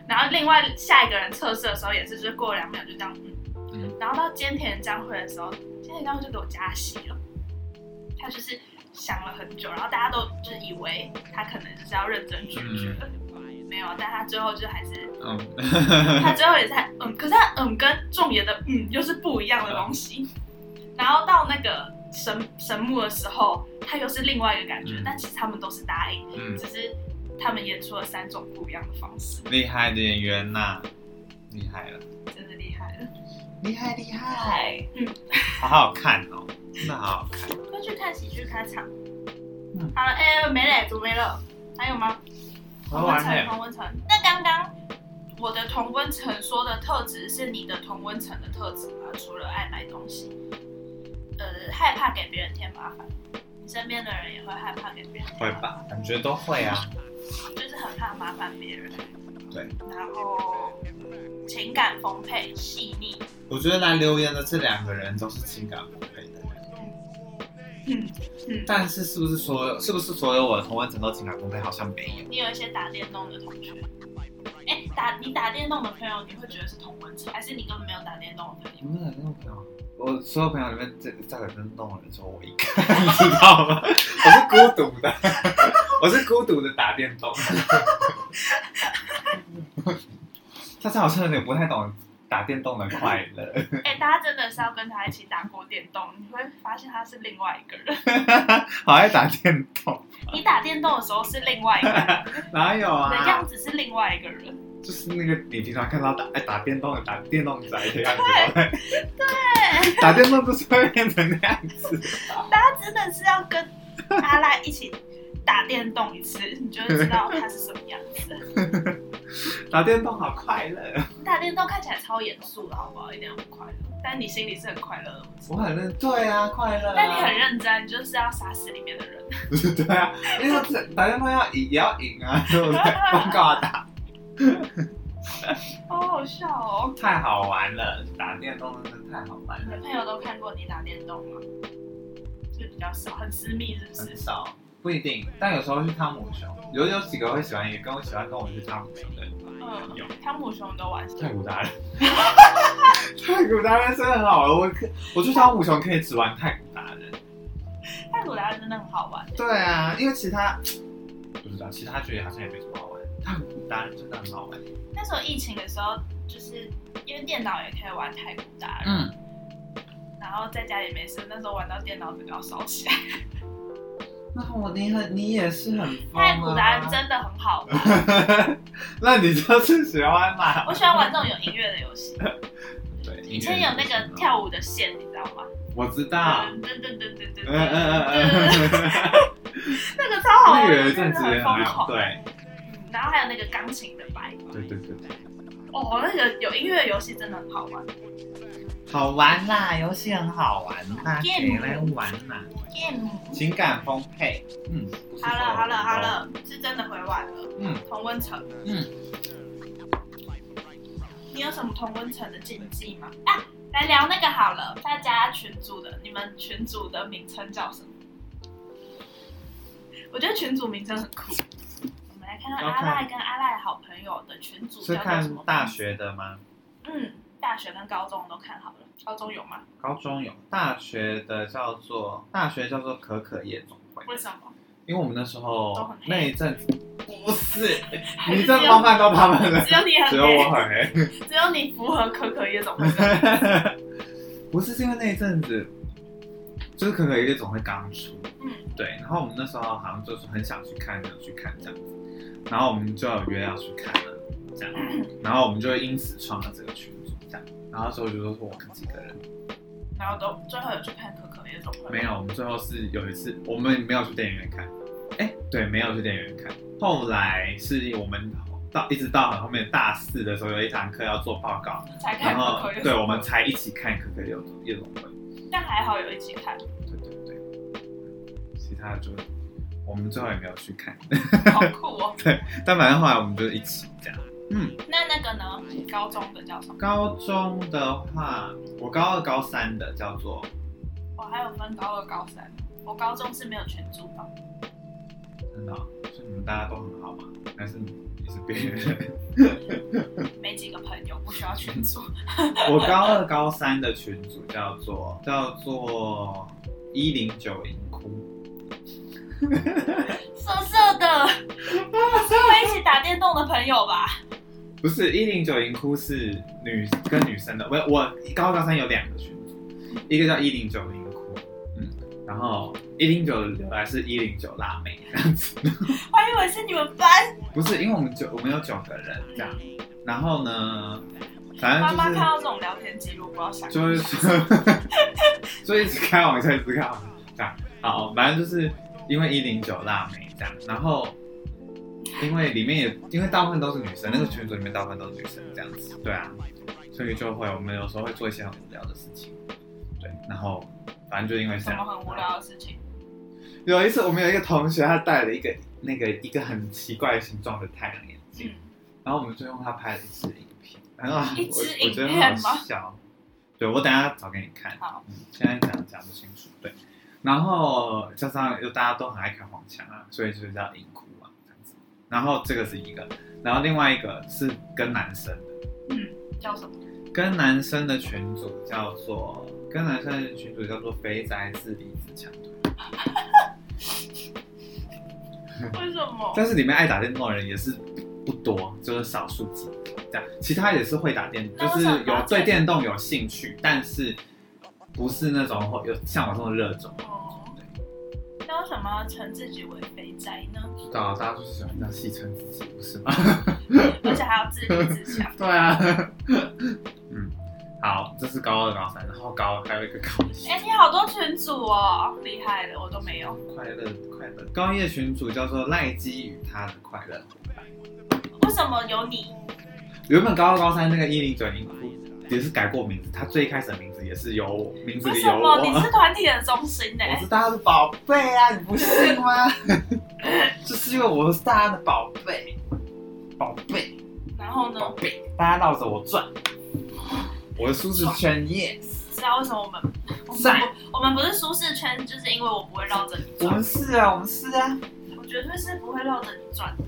Speaker 2: 然后另外下一个人测试的时候也是，就是过了两秒就这样，嗯。
Speaker 3: 嗯
Speaker 2: 然后到菅田将晖的时候，菅田将晖就给我加戏了，他就是想了很久，然后大家都就是以为他可能就是要认真拒绝了，没有，但他最后就还是
Speaker 3: [LAUGHS] 嗯，
Speaker 2: 他最后也是还嗯，可是他嗯跟仲野的嗯又是不一样的东西。然后到那个神神木的时候，他又是另外一个感觉，
Speaker 3: 嗯
Speaker 2: 但其实他们都是答应，
Speaker 3: 嗯
Speaker 2: 只，是他们演出了三种不一样的方式，
Speaker 3: 厉害的演员呐、厉害了，
Speaker 2: 真的厉害了。
Speaker 3: 厉害厉害，
Speaker 2: 嗨，嗯，
Speaker 3: 好好看哦，真的好好看，
Speaker 2: 快去看喜剧开场。
Speaker 3: 嗯
Speaker 2: 好了，哎、没了，煮没了，还有吗？
Speaker 3: 好哦
Speaker 2: 同
Speaker 3: 玩
Speaker 2: 温
Speaker 3: 欸嘞
Speaker 2: 层，，同温层。那刚刚我的同温层说的特质是你的同温层的特质吗？除了爱买东西，呃，害怕给别人添麻烦，你身边的人也会害怕给别人添
Speaker 3: 会
Speaker 2: 麻烦，
Speaker 3: 吧？感觉都会啊，
Speaker 2: 就是很怕麻烦别人。
Speaker 3: 对。
Speaker 2: 然后情感丰沛、细腻，
Speaker 3: 我觉得来留言的这两个人都是情感丰沛的人。
Speaker 2: 嗯嗯，
Speaker 3: 但是是不是所有是不是所有我的同温层都情感丰沛？好像没有。
Speaker 2: 你有一些打电动的同学。哎、打你打电动的朋友，你会觉得是同温层，还是你根本没有打电动的朋友？
Speaker 3: 你们哪个朋友？我所有朋友里面最在打电动的人只有我一个， [LAUGHS] 你知道吗？我是孤独的， [LAUGHS] 我是孤独的打电动。大家好像有点不太懂打电动的快乐。
Speaker 2: 哎、大家真的是要跟他一起打过电动，你会发现他是另外一个人。
Speaker 3: 好爱打电动，
Speaker 2: 你打电动的时候是另外一个人，
Speaker 3: 哪有
Speaker 2: 你的样
Speaker 3: 啊？
Speaker 2: 子是另外一个人。
Speaker 3: 就是那个你平常看到打爱打电动的打电动仔的样子，对不对，打电动就是会变成那样子。
Speaker 2: 他真的是要跟阿赖一起打电动一次，你就会知道他是什么样子。
Speaker 3: 打电动好快乐，
Speaker 2: 你打电动看起来超严肃的，好不好？一点都不快乐，但你心里是很快乐的。我知道
Speaker 3: 我很认对啊，快乐、啊。
Speaker 2: 但你很认真，你就是要杀死里面的人。
Speaker 3: [LAUGHS] 对啊，因为这打电话要赢也要赢啊，对不对？疯狂打，
Speaker 2: 好好笑哦！
Speaker 3: 太好玩了，打电动真的太好玩
Speaker 2: 你的
Speaker 3: 了，
Speaker 2: 朋友都看过你打电动吗？就比较少，很私密，是不
Speaker 3: 很
Speaker 2: 是？
Speaker 3: 少。不一定，但有时候去汤姆熊，有有几个会喜欢，也跟我喜欢跟我去汤姆熊的朋友。
Speaker 2: 嗯，汤姆熊都玩。
Speaker 3: 太古达人， [LAUGHS] 太古达人真的很好玩。我可我去汤姆熊可以只玩太古达人。
Speaker 2: 泰鲁达人真的很好玩，
Speaker 3: 对啊，因为其他不知道，其他觉得好像也没什么好玩。太古达人真的很好玩。
Speaker 2: 那时候疫情的时候，就是因为电脑也可以玩太古达人，
Speaker 3: 嗯，
Speaker 2: 然后在家里没事，那时候玩到电脑整个要烧起来。
Speaker 3: 那我你很你也是很疯
Speaker 2: 太古达人
Speaker 3: 啊。
Speaker 2: 真的很好玩，
Speaker 3: [LAUGHS] 那你就是喜欢嘛？
Speaker 2: 我喜欢玩这种有音乐的游戏。
Speaker 3: 对，
Speaker 2: 以前有那个，跳舞的线，你知道吗？
Speaker 3: 我知道。
Speaker 2: 噔噔噔噔噔噔
Speaker 3: 嗯嗯嗯
Speaker 2: 噔， [LAUGHS]
Speaker 3: 嗯，
Speaker 2: 那个超好
Speaker 3: 那
Speaker 2: 玩，
Speaker 3: 个有一
Speaker 2: 真
Speaker 3: 阵
Speaker 2: 的
Speaker 3: 子也
Speaker 2: 很疯
Speaker 3: 很好，
Speaker 2: 狂。
Speaker 3: 对
Speaker 2: 嗯然后还有那个钢琴的白，
Speaker 3: 对对对对，
Speaker 2: 哦，那个有音乐的游戏真的很好玩。
Speaker 3: 好玩啦，游戏很好玩，大家可以来玩啦，
Speaker 5: game。
Speaker 3: 情感丰沛，嗯，
Speaker 2: 好了好了好，了，是真的回晚了。
Speaker 3: 嗯，
Speaker 2: 同温层。
Speaker 3: 嗯。
Speaker 2: 你有什么同温层的禁忌吗？啊，来聊那个好了，大家群组的，你们群组的名称叫什么？我觉得群组名称很酷。我们来看看阿赖跟阿赖好朋友的群组叫做
Speaker 3: 是
Speaker 2: 什
Speaker 3: 看
Speaker 2: 么？
Speaker 3: 大。学的吗？
Speaker 2: 嗯，大学跟高中都看好了。高中有吗？
Speaker 3: 高中有，大学的叫做大学叫做可可夜总会，
Speaker 2: 为什
Speaker 3: [LAUGHS]
Speaker 2: 么？
Speaker 3: 因为我们那时
Speaker 2: 都
Speaker 3: 候
Speaker 2: 很黑
Speaker 3: 那一阵子不是，
Speaker 2: 还
Speaker 3: 你
Speaker 2: 是
Speaker 3: 这
Speaker 2: 只有
Speaker 3: 冒犯到他们了，
Speaker 2: 只有你很
Speaker 3: 只有我
Speaker 2: 黑，
Speaker 3: 很黑。
Speaker 2: 只有你符合可可夜总会。
Speaker 3: [LAUGHS] 不是，是因为那一阵子，就是可可夜总会刚出，
Speaker 2: 嗯，
Speaker 3: 对，然后我们那时候好像就是很想去看，想去看这样子，然后我们就有约要去看了，这样，然后我们就因此创了这个群组，这样，然后那时候就说我们几个人，
Speaker 2: 然后都最后有去看可可夜总会。
Speaker 3: 没有，我们最后是有一次我们没有去电影院看，哎，对，没有去电影院看，后来是我们到一直到很后面大四的时候有一堂课要做报告，
Speaker 2: 才看
Speaker 3: 然
Speaker 2: 可 [LAUGHS]
Speaker 3: 后
Speaker 2: 可夜总会。
Speaker 3: 对我们才一起看可可夜总夜总会。
Speaker 2: 但还好有一起
Speaker 3: [LAUGHS]
Speaker 2: 看，
Speaker 3: 对对对，其他的就我们最后也没有去看，
Speaker 2: 好酷哦。
Speaker 3: 但反正后来我们就一起这样。嗯，
Speaker 2: 那那个呢？你高中的叫什么？
Speaker 3: 高中的话，我高二高三的叫做
Speaker 2: 我还有分高二、高三。我高中是没有群组的，
Speaker 3: 真的哦，就你们大家都很好嘛，还是你是别人？ [LAUGHS]
Speaker 2: 没几个朋友，不需要群组。
Speaker 3: 我高二高三的群组叫做叫做一零九银窟，
Speaker 5: 色色的，是会一起打电动的朋友吧？
Speaker 3: 不是一零九银窟是女跟女生的，我我高二高三有两个群组，一个叫一零九银窟，嗯，然后一零九由来是一零九辣妹这样子。 [LAUGHS]
Speaker 5: 我还以为是你们班。
Speaker 3: 不是，因为我们九我们有九个人这样，然后呢，反
Speaker 2: 妈妈看
Speaker 3: 正
Speaker 2: 到这种聊天记录，不知道想。
Speaker 3: 就是就是所以一直开往下一直开往下这样，好，反正就是因为一零九辣妹这样，然后因为里面也因为大部分都是女生，那个群组里面大部分都是女生这样子，对啊，所以就会我们有时候会做一些很无聊的事情，对，然后反正就因为这
Speaker 2: 什
Speaker 3: 样
Speaker 2: 么，很无聊的事情？
Speaker 3: 有一次我们有一个同学，他戴了一个那个一个很奇怪形状的太阳眼镜，
Speaker 2: 嗯
Speaker 3: 然后我们就用它拍了一支影片，然后
Speaker 2: 一
Speaker 3: 我
Speaker 2: 支
Speaker 3: 我觉得
Speaker 2: 影片
Speaker 3: 很好笑。对，我等一下找给你看。
Speaker 2: 好
Speaker 3: 嗯，现在讲讲不清楚。对，然后加上又大家都很爱看黄腔啊，所以就是叫影哭嘛这样子。然后这个是一个，然后另外一个是跟男生的，
Speaker 2: 嗯叫什么？
Speaker 3: 跟男生的群组叫做跟男生的群组叫做肥宅自立自强。
Speaker 2: 为什么？
Speaker 3: 但是里面爱打电动的人也是不多，就是少数几个这样。其他也是会打电，就
Speaker 5: 那为
Speaker 3: 是
Speaker 5: 什么
Speaker 3: 有
Speaker 5: 要
Speaker 3: 对
Speaker 5: 建
Speaker 3: 电动有兴趣，但是不是那种会有像我这么热衷。
Speaker 2: 哦，那为什么要称自己为肥宅呢？ [LAUGHS]
Speaker 3: 不知道大家就是喜欢这样戏称自己，不是吗？ [LAUGHS]
Speaker 2: 而且还要自立自强。
Speaker 3: 对啊， [LAUGHS] 嗯，好，这是高二、高三，然后高二还有一个高一。
Speaker 2: 哎、你好多群组哦，厉害了，我都没有。
Speaker 3: 快乐快乐，高一的群主叫做赖基与他的快乐。
Speaker 2: 为什么有你？
Speaker 3: 原本高二、高三那个一零九零也是改过名字，他最开始的名字也是有我名字
Speaker 2: 为
Speaker 3: 里
Speaker 2: 什
Speaker 3: 有
Speaker 2: 么
Speaker 3: 我。
Speaker 2: 你是团体的中心呢、
Speaker 3: 我是大家的宝贝啊，你不信吗？就是因为我是大家的宝贝，宝贝，
Speaker 2: 然后呢
Speaker 3: 宝？贝，大家绕着我转，我的舒适圈 yes，
Speaker 2: 知道为什么我们我
Speaker 3: 在
Speaker 2: 们不我们不是舒适圈，就是因为我不会绕着你
Speaker 3: 我
Speaker 2: 转
Speaker 3: 们，是啊，我们是啊，
Speaker 2: 我绝对是不会绕着你转的。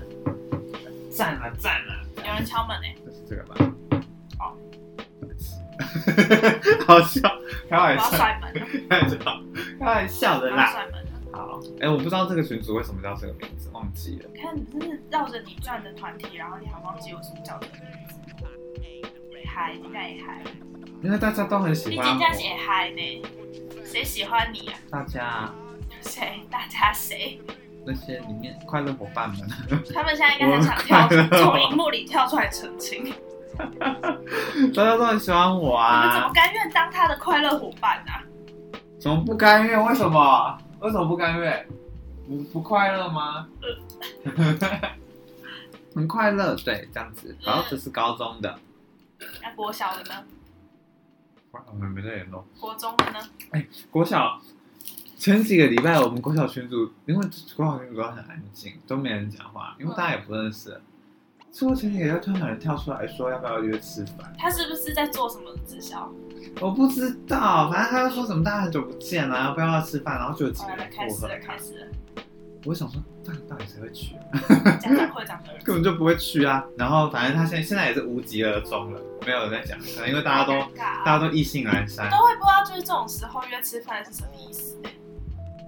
Speaker 3: 赞了赞了，
Speaker 2: 有人敲门哎、
Speaker 3: 就是这个吧。
Speaker 2: 好，
Speaker 3: [LAUGHS] 好笑，开
Speaker 2: 我
Speaker 3: 玩
Speaker 2: 要
Speaker 3: 笑，
Speaker 2: 甩门了，
Speaker 3: 开玩笑，开玩笑
Speaker 2: 我
Speaker 3: 的
Speaker 2: 要
Speaker 3: 啦。
Speaker 2: 甩门了。
Speaker 3: 好，哎、我不知道这个群主为什么叫这个名字，忘记了。
Speaker 2: 你看，你真是绕着你转的团体，然后你还忘记我是不是叫这个名字。嗨，你在嗨，
Speaker 3: 因为大家都很
Speaker 2: 毕
Speaker 3: 喜欢
Speaker 2: 竟
Speaker 3: 我
Speaker 2: 这，样写嗨呢，谁喜欢你啊？
Speaker 3: 大家
Speaker 2: 谁？大家谁？
Speaker 3: 那些里面快乐伙伴们。 [LAUGHS]
Speaker 2: 他们现在应该很想跳出从荧幕里跳出来澄清，你
Speaker 3: 大家都很喜欢我
Speaker 2: 们怎么
Speaker 3: 啊，
Speaker 2: 甘愿当他的快乐伙伴啊？
Speaker 3: 怎么不甘愿？为什么？为什么不甘愿？不不快乐吗？很快乐，对，这样子。然后这是高中的，
Speaker 2: 那国小的呢？
Speaker 3: 哇，我们啊没在联络。
Speaker 2: 国中的呢？
Speaker 3: 国小前几个礼拜，我们国小群组，因为国小群组都很安静，都没人讲话，因为大家也不认识。之后前几个礼拜，突然有人跳出来说要不要约吃饭，
Speaker 2: 他是不是在做什么直销？
Speaker 3: 我不知道，反正他就说什么大家很久不见啦、要不要吃饭，然后就有几
Speaker 2: 好
Speaker 3: 个
Speaker 2: 了，
Speaker 3: 人
Speaker 2: 哦开
Speaker 3: 附
Speaker 2: 始
Speaker 3: 和
Speaker 2: 了，
Speaker 3: 他
Speaker 2: 开。始了，
Speaker 3: 我想说，到底到底谁会去、啊？
Speaker 2: 家长会长的人
Speaker 3: [LAUGHS] 根本就不会去啊。然后反正他现在现在也是无疾而终了，没有人在讲，可能因为大家都
Speaker 2: 好尴尬哦
Speaker 3: 大家都意兴阑珊。
Speaker 2: 都会不知道，就是这种时候约吃饭是什么意思、欸，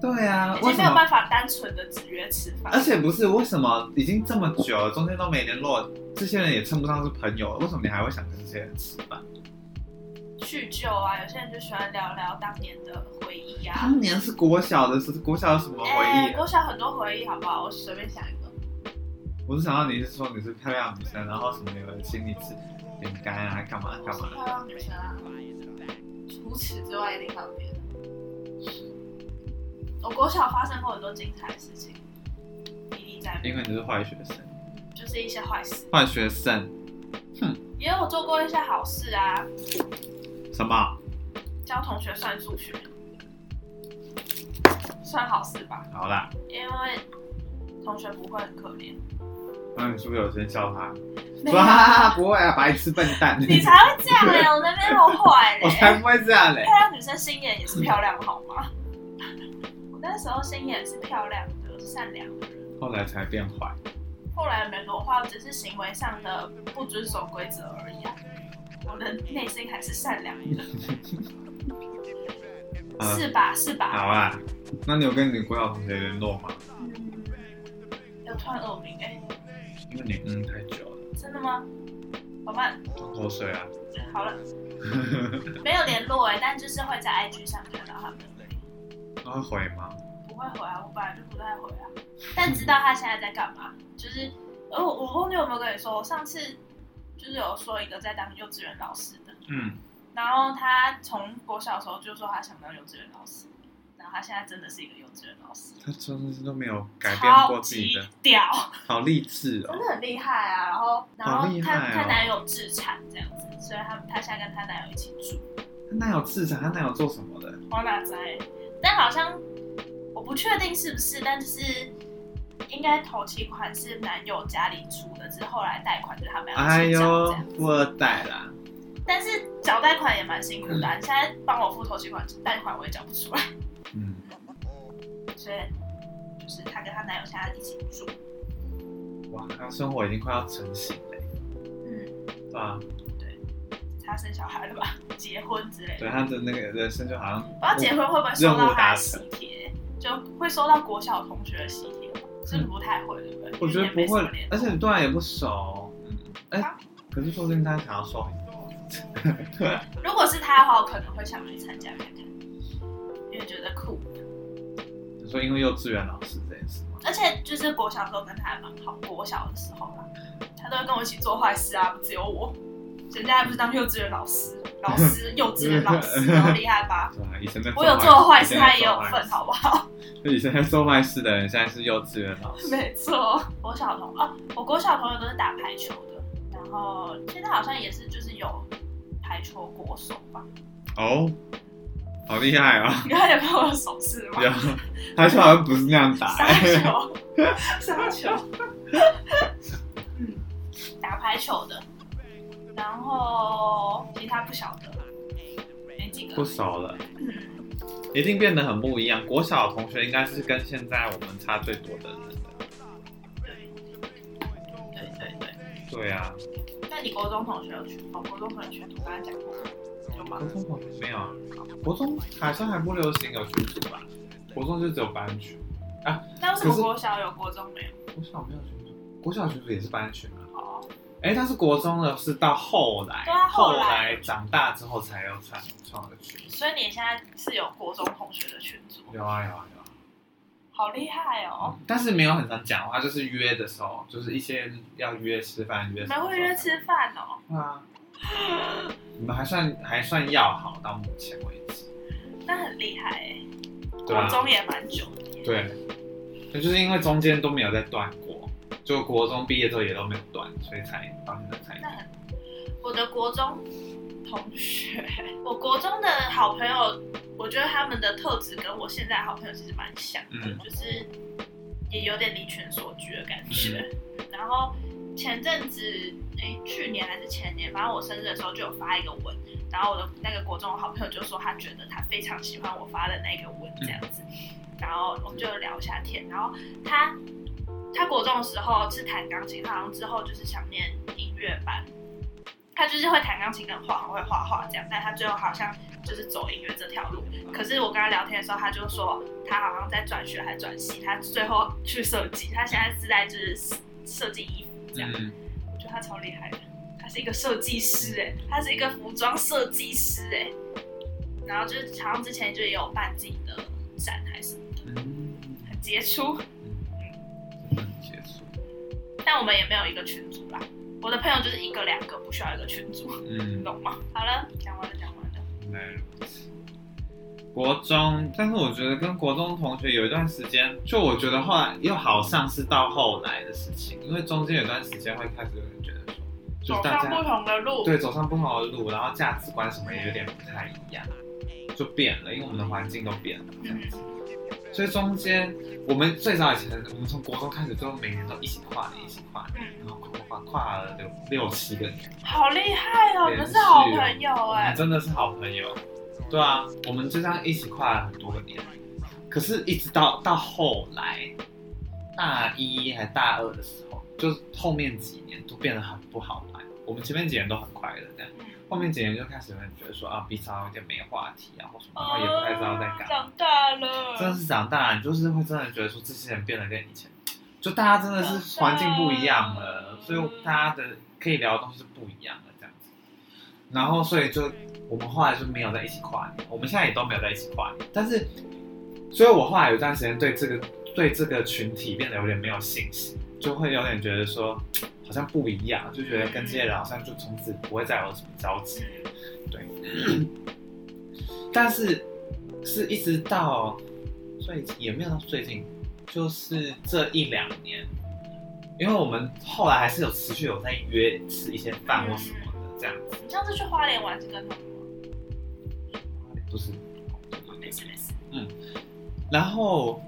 Speaker 3: 对啊，
Speaker 2: 已经
Speaker 3: 为什
Speaker 2: 没有
Speaker 3: 么？
Speaker 2: 办法单纯的只约吃饭。
Speaker 3: 而且不是为什么已经这么久了，中间都没联络，这些人也称不上是朋友了，为什么你还会想跟这些人吃饭？
Speaker 2: 叙旧啊，有些人就喜欢聊聊当年的回忆啊。
Speaker 3: 当年是国小的时候，国小有什么回
Speaker 2: 哎、
Speaker 3: 忆啊、
Speaker 2: 国小很多回忆，好不好？我随便想一个。
Speaker 3: 我是想到你是说你是漂亮女生，然后什么有人请你吃饼干啊，干嘛
Speaker 2: 我
Speaker 3: 干
Speaker 2: 是
Speaker 3: 嘛？
Speaker 2: 漂亮女生啊，除此之外一定还有别的。我国小发生过很多精彩的事情，历历在
Speaker 3: 因
Speaker 2: 目，
Speaker 3: 为你是坏学生，
Speaker 2: 就是一些坏事，
Speaker 3: 坏学生
Speaker 2: 也有做过一些好事啊，
Speaker 3: 什么？
Speaker 2: 教同学算数学，算好事吧，
Speaker 3: 好啦，
Speaker 2: 因为同学不会很可
Speaker 3: [LAUGHS]
Speaker 2: 怜，
Speaker 3: 那你是不是有先笑他？
Speaker 2: 没有
Speaker 3: 说哈哈哈，不会啊，白痴笨蛋，
Speaker 2: 你才会这样嘞、欸我那边好坏嘞、
Speaker 3: [LAUGHS] 我才不会这样嘞。
Speaker 2: 漂亮女生心眼也是漂亮，好吗？ [LAUGHS] 我那时候心眼是漂亮的、善良的人，
Speaker 3: 后来才变坏，
Speaker 2: 后来没多话，只是行为上的不遵守规则而已啊。我的内心还是善良的，
Speaker 3: 嗯
Speaker 2: 是吧？是吧？
Speaker 3: 好啦。那你有跟你国小同学联络吗？
Speaker 2: 嗯，有突然耳鸣哎、
Speaker 3: 因为你嗯太久了，
Speaker 2: 真的吗？老伴，
Speaker 3: 流口水啊。 [LAUGHS]
Speaker 2: 好了，没有联络哎、但就是会在 IG 上看到他们而已。
Speaker 3: 他会回吗？
Speaker 2: 不会回啊，我本来就不太回啊。但知道他现在在干嘛，就是呃，我我忘记有没有跟你说，我上次就是有说一个在当幼稚园老师的，
Speaker 3: 嗯，
Speaker 2: 然后他从国小的时候就说他想当幼稚园老师，然后他现在真的是一个幼稚园老师，
Speaker 3: 他真的是都没有改变
Speaker 2: 超
Speaker 3: 过自己
Speaker 2: 级
Speaker 3: 的，
Speaker 2: 屌，
Speaker 3: [LAUGHS] 好励志
Speaker 2: 真
Speaker 3: 哦。
Speaker 2: 的很厉害啊。然后然
Speaker 3: 好
Speaker 2: 后
Speaker 3: 厉
Speaker 2: 他、
Speaker 3: 害哦
Speaker 2: 他男友自产这样子，所以他他现在跟他男友一起住，
Speaker 3: 他哪有自产？他哪有做什么的？
Speaker 2: 我哪知道欸？但好像我不确定是不是，但就是应该头期款是男友家里出的，只是后来贷款就是他们要
Speaker 3: 哎
Speaker 2: 一起缴这
Speaker 3: 呦
Speaker 2: 样。，
Speaker 3: 富二代啦！
Speaker 2: 但是缴贷款也蛮辛苦的啊、你现在帮我付头期款，贷款我也缴不出来，
Speaker 3: 嗯，
Speaker 2: 所以就是她跟她男友现在一起住，
Speaker 3: 哇，他生活已经快要成型了，
Speaker 2: 嗯，
Speaker 3: 对啊，
Speaker 2: 她生小孩了吧，结婚之类的。
Speaker 3: 对他的那个人生就好像
Speaker 2: 不知道结婚会不会收
Speaker 3: 任
Speaker 2: 到
Speaker 3: 务
Speaker 2: 她
Speaker 3: 达
Speaker 2: 的
Speaker 3: 成
Speaker 2: 喜帖，就会收到国小同学的喜帖吗，是不太会，对不对？
Speaker 3: 我觉
Speaker 2: 因为也
Speaker 3: 得不
Speaker 2: 没什
Speaker 3: 会
Speaker 2: 么联，啊络
Speaker 3: 而且你对啊他也不熟。嗯，哎、可是说不定他想要收。哦 [LAUGHS] 啊
Speaker 2: 如果是他的话，我可能会想去参加看看，因为觉得酷。
Speaker 3: 你说因为幼稚园老师这件事吗？
Speaker 2: 而且就是国小的时候跟他还蛮好，国小的时候吧，他都会跟我一起做坏事啊，不只有我。人家还不是当幼稚园老师，老师幼稚园老师，然后厉害 [LAUGHS] 吧？
Speaker 3: 对啊，以前在
Speaker 2: 我有做坏事，他也有份，好不好？
Speaker 3: 以前在做坏事的人，现在是幼稚园老师。
Speaker 2: [LAUGHS] 没错，国小同哦，我国小朋友都是打排球的，然后现在好像也是就是有排球国手吧？
Speaker 3: 哦，好厉害哦！ [LAUGHS]
Speaker 2: 你看有看我的手势吗？
Speaker 3: 有，他说好像不是
Speaker 2: [LAUGHS]
Speaker 3: 那样打、
Speaker 2: 杀
Speaker 3: 欸。
Speaker 2: 球，杀球，嗯，打排球的，然后其他不晓得，没几
Speaker 3: [LAUGHS] 不
Speaker 2: 个，
Speaker 3: 熟了，
Speaker 2: 嗯，
Speaker 3: 一定变得很不一样。国小的同学应该是跟现在我们差最多的人了。
Speaker 2: 对对对。
Speaker 3: 对啊，
Speaker 2: 那你国中同学有去？哦，国中同学去，我刚才讲过，有吗
Speaker 3: 国？中同学没有啊，国中好像还不流行有群组吧？国中就只有班群，
Speaker 2: 那为什么
Speaker 3: 可是
Speaker 2: 国小有，国中没有？
Speaker 3: 国小没有群组，国小群组也是班群啊。
Speaker 2: 哦，
Speaker 3: 哎，但是国中的是到后来，
Speaker 2: 对啊后
Speaker 3: 后
Speaker 2: 来
Speaker 3: 来长大之后才有创创的群。
Speaker 2: 所以你现在是有国中同学的群组，
Speaker 3: 有啊有啊有啊。
Speaker 2: 好厉害哦！
Speaker 3: 但是没有很常讲话，就是约的时候，就是一些要约吃饭、约
Speaker 2: 你们
Speaker 3: 什么时候
Speaker 2: 会约吃饭哦？
Speaker 3: 啊。你们还算还算要好，到目前为止。
Speaker 2: 那很厉害哎，
Speaker 3: 对啊
Speaker 2: 国中也蛮久的耶。
Speaker 3: 对，那就是因为中间都没有再断过，就国中毕业之后也都没有断，所以才到现在才
Speaker 2: 那很，我的国中同学，我国中的好朋友，我觉得他们的特质跟我现在好朋友其实蛮像的，
Speaker 3: 嗯
Speaker 2: 就是也有点离群索居的感觉。 [LAUGHS] 然后前阵子，哎，去年还是前年，反正我生日的时候就有发一个文，然后我的那个国中的好朋友就说他觉得他非常喜欢我发的那个文这样子，然后我们就聊一下天，然后他。他国中的时候是弹钢琴，好像之后就是想念音乐班，他就是会弹钢琴跟画，很会画画这样，但他最后好像就是走音乐这条路。可是我跟他聊天的时候，他就说他好像在转学还转系，他最后去设计，他现在是在就是设计衣服这样。
Speaker 3: 嗯，
Speaker 2: 我觉得他超厉害的，他是一个设计师哎、他是一个服装设计师哎、然后就是好像之前就也有办自己的展还是什么的，
Speaker 3: 嗯
Speaker 2: 很杰出。
Speaker 3: 真的很杰出，
Speaker 2: 但我们也没有一个群组啦，我的朋友就是一个两个，不需要一个群组，你
Speaker 3: 嗯，
Speaker 2: 懂吗？好了，讲完了，讲完了。
Speaker 3: 原来如此。国中，但是我觉得跟国中同学有一段时间，就我觉得后来又好像是到后来的事情，因为中间有段时间会开始有人觉得说，就是
Speaker 2: 走
Speaker 3: 大
Speaker 2: 上不
Speaker 3: 家
Speaker 2: 同的路。
Speaker 3: 对走上不同的路，然后价值观什么也有点不太一样，就变了，因为我们的环境都变了这样子。所以中间我们最早以前，我们从国中开始，就每年都一起跨年，一起跨年，
Speaker 2: 嗯，
Speaker 3: 然后跨跨跨了有六七个年。
Speaker 2: 好厉害哦，你们是好朋友
Speaker 3: 我们
Speaker 2: 哎。
Speaker 3: 真的是好朋友。对啊，我们就这样一起跨了很多个年，可是，一直到到后来，大一还大二的时候，就是后面几年都变得很不好玩。我们前面几年都很快乐，这样
Speaker 2: 嗯
Speaker 3: 后面几年就开始有人觉得说啊，彼此好像有点没话题啊，或什么，然后
Speaker 2: 哦
Speaker 3: 也不太知道在干嘛
Speaker 2: 长。大了，
Speaker 3: 真的是长大了，你就是会真的觉得说这些人变得跟以前，就大家真的嗯是环境不一样了，所以大家的可以聊的东西不一样了这样子。然后所以就我们后来就没有在一起跨年，我们现在也都没有在一起跨年。但是，所以我后来有段时间对这个对这个群体变得有点没有信心，就会有点觉得说好像不一样，就觉得跟这些人好像就从此不会再有什么交集。
Speaker 2: 嗯
Speaker 3: 但是是一直到最近也没有到最近，就是这一两年，因为我们后来还是有持续有在约吃一些饭或什么的这样子，
Speaker 2: 你上次去花莲玩是跟他们吗？
Speaker 3: 不是，
Speaker 2: 没事没事。
Speaker 3: 然后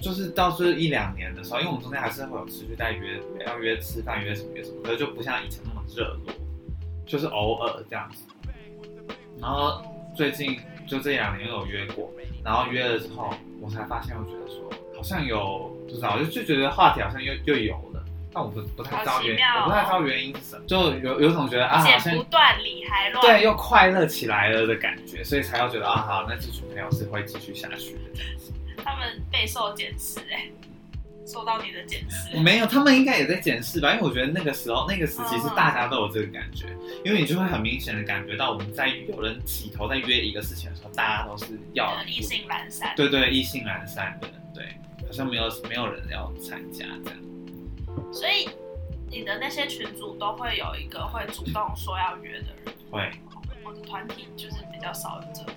Speaker 3: 就是到这一两年的时候，因为我们中间还是会有持续在约，要约吃饭、约什么约什么，可是就不像以前那么热络，就是偶尔这样子。然后最近就这两年又有约过，然后约了之后，我才发现，我觉得说好像有不知道，就就觉得话题好像又又有了。但我不不太知道
Speaker 2: 好奇
Speaker 3: 原因，
Speaker 2: 妙哦
Speaker 3: 我不太知道原因是什么，就有有种觉得啊，好像
Speaker 2: 剪不断理还乱。
Speaker 3: 对，又快乐起来了的感觉，所以才要觉得啊，好，那这群朋友是会继续下去的这样子。
Speaker 2: 他们备受检视哎，受到你的检视。
Speaker 3: [LAUGHS] 没有，他们应该也在检视吧，因为我觉得那个时候那个时期是
Speaker 2: 嗯
Speaker 3: 大家都有这个感觉，因为你就会很明显的感觉到我们在有人起头在约一个事情的时候，大家都是要
Speaker 2: 嗯异性呃阑珊。
Speaker 3: 对对意兴阑珊的，对，好像没有没有人要参加这样。
Speaker 2: 所以你的那些群组都会有一个会主动说要约的人。
Speaker 3: 会，
Speaker 2: 我的团体就是比较少有这种，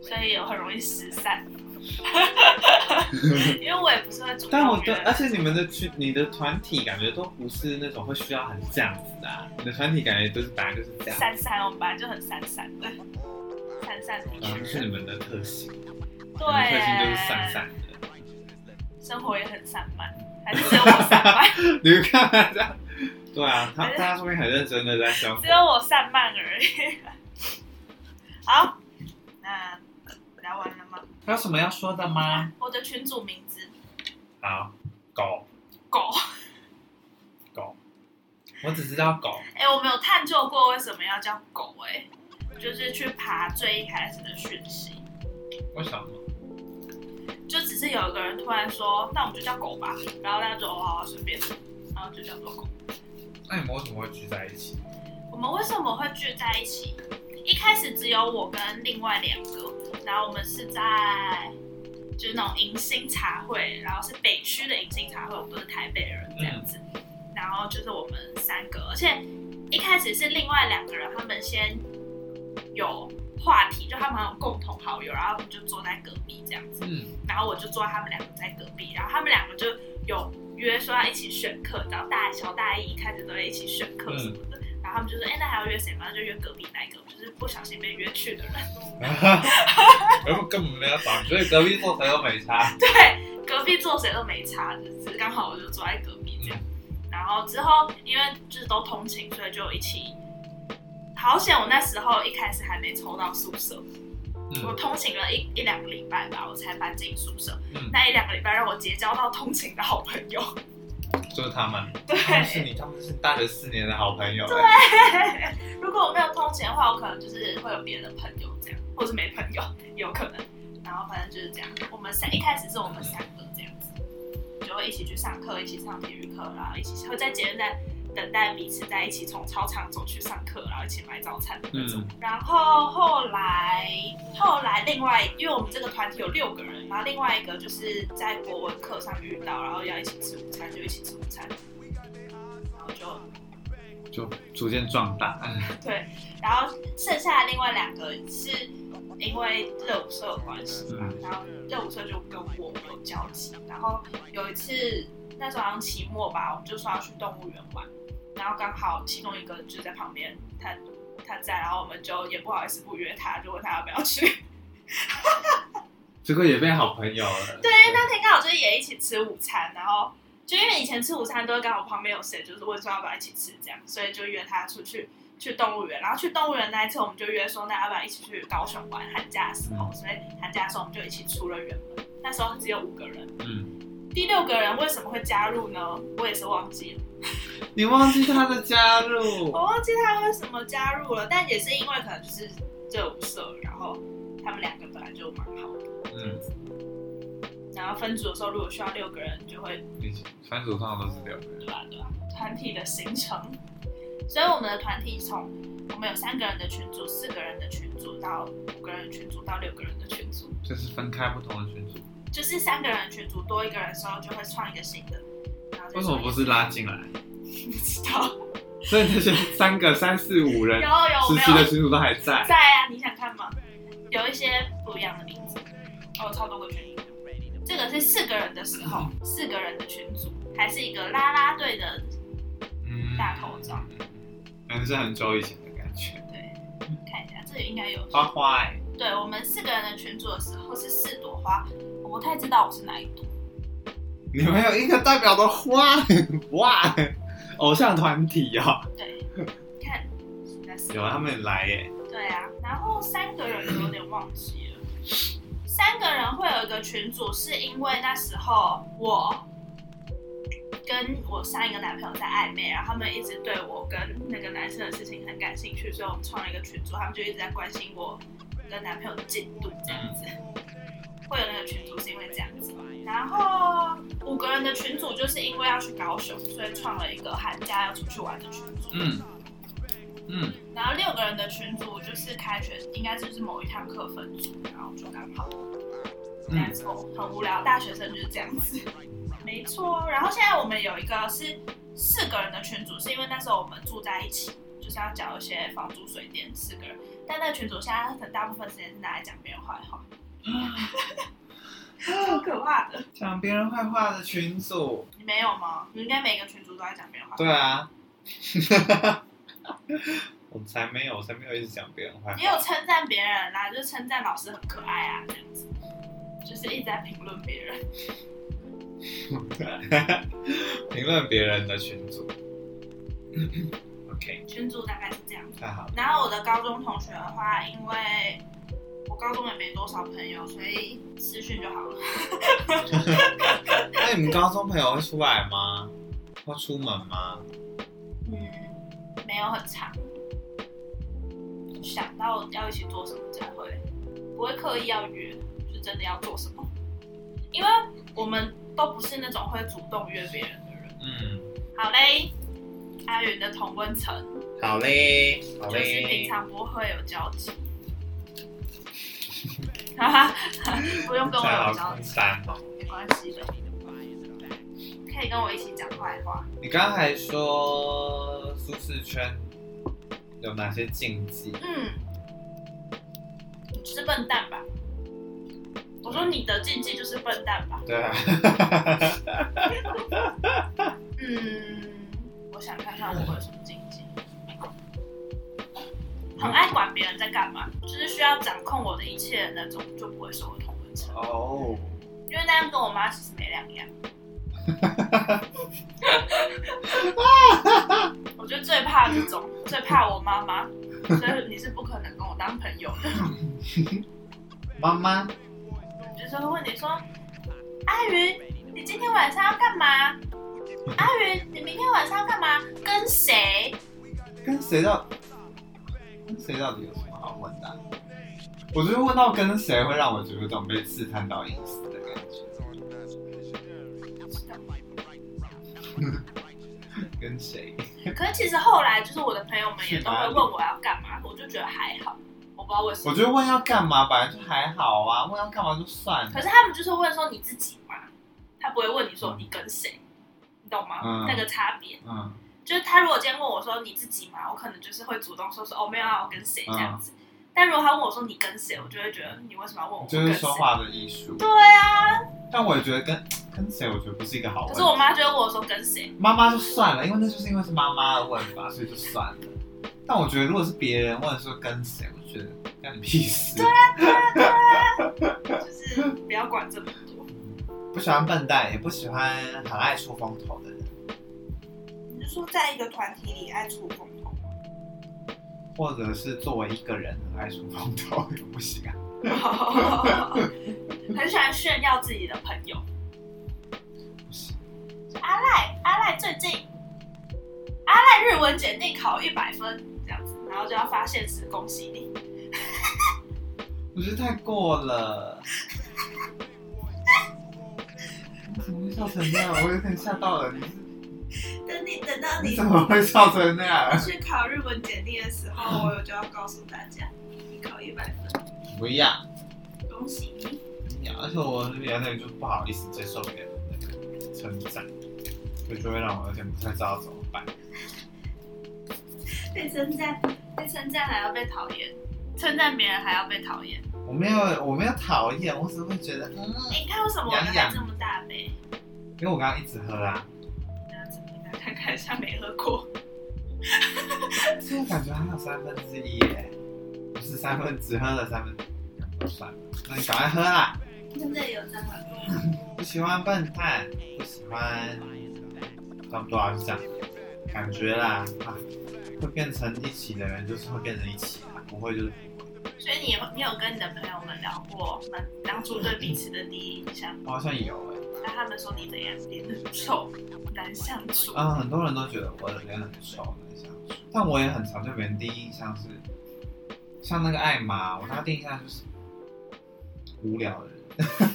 Speaker 2: 所以也很容易失
Speaker 3: [LAUGHS]
Speaker 2: 散。因为我也不是会主动
Speaker 3: 但我哎
Speaker 2: 约
Speaker 3: 的，而且你们的群、你的团体感觉都不是那种会需要很这样子的、啊，你的团体感觉都是本来就是这样，
Speaker 2: 散散，我们本来就很散散的，散散的一
Speaker 3: 然后
Speaker 2: 群
Speaker 3: 嗯是你
Speaker 2: 人，
Speaker 3: 们的特性，你
Speaker 2: 对
Speaker 3: 们的特性
Speaker 2: 耶，
Speaker 3: 就是散散的。
Speaker 2: 生活也很散漫，还是只有我散
Speaker 3: [LAUGHS]
Speaker 2: 漫，
Speaker 3: 你们看这样，对啊，他大家说明很认真的在生活
Speaker 2: 只。有我散漫而已。好，那聊完了吗？
Speaker 3: 还有什么要说的吗？
Speaker 2: 我的群组名字
Speaker 3: 好，狗
Speaker 2: 狗，
Speaker 3: 狗，我只知道狗。
Speaker 2: 哎、我没有探究过为什么要叫狗、哎，就是去爬最一开始的讯息。
Speaker 3: 为什么？
Speaker 2: 就只是有一个人突然说，那我们就叫狗吧，然后大家就哦，好啊随便，然后就叫做狗。
Speaker 3: 那你们哎为什么会聚在一起？
Speaker 2: 我们为什么会聚在一起？一开始只有我跟另外两个，然后我们是在就是那种迎新茶会，然后是北区的迎新茶会，我们都是台北人这样子。然后就是我们三个，而且一开始是另外两个人，他们先有话题，就他们有共同好友，然后他们就坐在隔壁这样子。
Speaker 3: 嗯，
Speaker 2: 然后我就坐他们两个在隔壁，然后他们两个就有约说要一起选课，然后大小大一一开始都会一起选课什么的，然然后他们就说，哎、那还要约谁吗？就约隔壁那一个，就是不小心被约去的人。
Speaker 3: 然后根本没有
Speaker 2: [LAUGHS]
Speaker 3: 找，所以隔壁坐谁都没差。
Speaker 2: 对，隔壁坐谁都没差，就是刚好我就坐在隔壁这样。然后之后因为就是都通勤，所以就一起。好险！我那时候一开始还没抽到宿舍，我
Speaker 3: 嗯
Speaker 2: 通勤了一一两个礼拜吧，我才搬进宿舍。
Speaker 3: 嗯，
Speaker 2: 那一两个礼拜让我结交到通勤的好朋友。
Speaker 3: 就是
Speaker 2: [LAUGHS]
Speaker 3: 他们，他们是
Speaker 2: 对，
Speaker 3: 你，他们是大学四年的好朋友。对，
Speaker 2: 如果我没有通勤的话，我可能就是会有别的朋友这样，或是没朋友也有可能。然后反正就是这样，我们三一开始是我们三个这样子，就会一起去上课，一起上体育课，然后一起会在捷运站等待彼此在一起从操场走去上课，然后一起买早餐的那种。
Speaker 3: 嗯
Speaker 2: 然后后来后来另外，因为我们这个团体有六个人，然后另外一个就是在国文课上遇到，然后要一起吃午餐就一起吃午餐，然后就
Speaker 3: 就逐渐壮大。 [LAUGHS]
Speaker 2: 然后剩下的另外两个是因为热舞社的关系嘛，然后热舞社就跟我有交集。然后有一次那时候好像期末吧，我们就说要去动物园玩，然后刚好其中一个就在旁边，他他在，然后我们就也不好意思不约他，就问他要不要去。
Speaker 3: 结果也变好朋友了。
Speaker 2: 对，那天刚好就是也一起吃午餐，然后就因为以前吃午餐都会刚好旁边有谁，就是问说要不要一起吃这样，所以就约他出去去动物园。然后去动物园那一次，我们就约说那要不要一起去高雄玩寒假的时候，所以寒假的时候我们就一起出了远门。那时候只有五个人，
Speaker 3: 嗯，
Speaker 2: 第六个人为什么会加入呢？我也是忘记了，
Speaker 3: 你忘记他的加入
Speaker 2: 我忘记他为什么加入了，但也是因为可能就是热舞社，然后他们两个本来就蛮好的，
Speaker 3: 嗯，
Speaker 2: 然后分组的时候如果需要六个人，就会
Speaker 3: 以前番薯上都是六个人。
Speaker 2: 对吧、对吧、团体的形成，所以我们的团体从我们有三个人的群组、四个人的群组到五个人的群组到六个人的群组，
Speaker 3: 就是分开不同的群组，
Speaker 2: 就是三个人的群组多一个人的时候就会创一个新的。然后再
Speaker 3: 为什么不是拉进来？
Speaker 2: 不知道？
Speaker 3: 所以那些三个、三四五
Speaker 2: 有
Speaker 3: 人
Speaker 2: 有
Speaker 3: 时期
Speaker 2: 没
Speaker 3: 的
Speaker 2: 有
Speaker 3: 群组都还在。
Speaker 2: 在啊？你想看吗？有一些不一样的名字，哦，超多个群组。这个是四个人的时候，四个人的群组，还是一个啦啦队的
Speaker 3: 嗯
Speaker 2: 大头照，
Speaker 3: 还是很久以前的感觉。
Speaker 2: 看一下，这里应该有。
Speaker 3: 花花欸，
Speaker 2: 对我们四个人的群组的时候是四朵花，我不太知道我是哪一朵。
Speaker 3: 你们有一个代表的花哇，偶像团体哦。
Speaker 2: 对，你看，那是
Speaker 3: 有啊，他们来耶，
Speaker 2: 对啊，然后三个人有点忘记了。三个人会有一个群组，是因为那时候我跟我上一个男朋友在暧昧，然后他们一直对我跟那个男生的事情很感兴趣，所以我们创了一个群组，他们就一直在关心我跟男朋友的进度这样子。会有那个群组是因为这样子，然后五个人的群组就是因为要去高雄，所以创了一个寒假要出去玩的群组。
Speaker 3: 嗯嗯，
Speaker 2: 然后六个人的群组就是开学，应该就是某一堂课分组，然后就刚好。
Speaker 3: 嗯
Speaker 2: That's all，很无聊，大学生就是这样子。没错，然后现在我们有一个是四个人的群组，是因为那时候我们住在一起，就是要缴一些房租、水电，四个人。但那个群组现在很大部分时间是拿来讲别人坏话，超可怕的。
Speaker 3: 讲别人坏话的群组。
Speaker 2: 你没有吗？你应该每个群组都在讲别人坏话。
Speaker 3: 对啊， [LAUGHS] 我才没有，我才没有一直讲别人坏
Speaker 2: 也有
Speaker 3: 话。
Speaker 2: 称赞别人啦，就是称赞老师很可爱啊，这样子，就是一直在评论别人。
Speaker 3: [LAUGHS] 评论别人的群组。OK，
Speaker 2: 群组大概是这样子。
Speaker 3: 太好了。
Speaker 2: 然后我的高中同学的话，因为我高中也没多少朋友，所以私讯就好了。
Speaker 3: [LAUGHS] 那你们高中朋友会出来吗？会出门吗？
Speaker 2: 嗯，没有很长，想到要一起做什么才会，不会刻意要约，就真的要做什么。因为我们都不是那种会主动约别人的人。
Speaker 3: 嗯，
Speaker 2: 好嘞，阿云的同温层
Speaker 3: 好嘞，好
Speaker 2: 就是平
Speaker 3: 嘞。
Speaker 2: 常不会有交集。哈哈，不用跟我有交集。
Speaker 3: 三哦。
Speaker 2: 没关系的，可以跟我一起讲坏话。
Speaker 3: 你刚才说舒适圈有哪些禁忌？
Speaker 2: 嗯，你就是笨蛋吧？我说你的禁忌就是笨蛋吧？
Speaker 3: 对啊，
Speaker 2: 嗯，我想看看我有什么禁忌。很爱管别人在干嘛，就是需要掌控我的一切的那种，就不会是我同温层，
Speaker 3: [LAUGHS] 哦，
Speaker 2: 因为那样跟我妈其实没两样。我觉得最怕这种，最怕我妈妈，所以你是不可能跟我当朋友的。
Speaker 3: [LAUGHS] 妈妈，
Speaker 2: 就是会问你说，阿云，你今天晚上要干嘛？阿云，你明天晚上要干嘛？跟谁？
Speaker 3: 跟谁到跟谁到底有什么好问的啊、我就是问到跟谁会让我觉得有种被刺探到隐私的感觉。 [LAUGHS] 跟谁？
Speaker 2: 可是其实后来就是我的朋友们也都会问我要干嘛，我就觉得还好，我不知道为什
Speaker 3: 我
Speaker 2: 么。
Speaker 3: 觉得问要干嘛本来就还好啊，问要干嘛就算了
Speaker 2: 可。是他们就是问说你自己嘛，他不会问你说你跟谁，你懂吗？
Speaker 3: 嗯
Speaker 2: 那个差别
Speaker 3: 嗯
Speaker 2: 就是他如果今天问我说你自己嘛，我可能就是会主动说说哦没有啊，我跟谁
Speaker 3: 嗯
Speaker 2: 这样子。但如果他问我说你跟谁，我就会觉得你为什么要问我我
Speaker 3: 就
Speaker 2: 哦跟谁？
Speaker 3: 是说话的艺术。
Speaker 2: 对啊，
Speaker 3: 但我也觉得跟跟谁，我觉得不是一个好问
Speaker 2: 可
Speaker 3: 题。
Speaker 2: 是我妈就会问我说跟谁，
Speaker 3: 妈妈就算了，因为那就是因为是妈妈的问法，所以就算了。但我觉得如果是别人问说跟谁，我就觉得干你屁事。
Speaker 2: 就是不要管这么多，
Speaker 3: 不喜欢笨蛋，也不喜欢很爱出风头的人。
Speaker 2: 你就说在一个团体里爱出风头。
Speaker 3: 或者是作为一个人很爱出风头也不行啊。
Speaker 2: [LAUGHS] 很喜欢炫耀自己的朋友。阿赖，阿赖最近，阿赖日文检定考一百分，这样子，然后就要发现实，恭喜你。
Speaker 3: 我觉得太过了。你怎么会笑成那样？我有点吓到了。你
Speaker 2: 等你等到
Speaker 3: 你
Speaker 2: 你
Speaker 3: 怎么会笑成那样？
Speaker 2: 去考日文检定的时候，我有就要告诉大家，你考一百分，
Speaker 3: 不要，
Speaker 2: 恭喜你。
Speaker 3: 不要！而且我原来就不好意思接受别人的那个称赞，所以就会让我有点不太知道怎么办。
Speaker 2: 被称赞，被称赞还要被讨厌，称赞别人还要被讨厌。
Speaker 3: 我没有，我没有讨厌，我只会觉得，嗯，
Speaker 2: 哎、你看为什么我们
Speaker 3: 洋
Speaker 2: 还
Speaker 3: 洋
Speaker 2: 这么大杯？
Speaker 3: 因为我刚刚一直喝啊，
Speaker 2: 那怎么样？看看像没喝过。
Speaker 3: 现在感觉还有三分之一耶，不是三分，只喝了三分，算了，那你赶快喝啦。
Speaker 2: 真的有蟑螂。
Speaker 3: 不喜欢笨蛋，不喜欢，差不多啊，就这样，感觉啦啊，会变成一起的人就是会变成一起啊，不会就是
Speaker 2: 所以你有你有跟你的朋友们聊过你们当初对彼此的第一印象？
Speaker 3: 我好像有哎、
Speaker 2: 那他们说你怎样？脸很臭，难相处。
Speaker 3: 啊，很多人都觉得我的脸很臭，很相处。但我也很常对别人第一印象是，像那个艾玛，我对她第一印象就是无聊的人。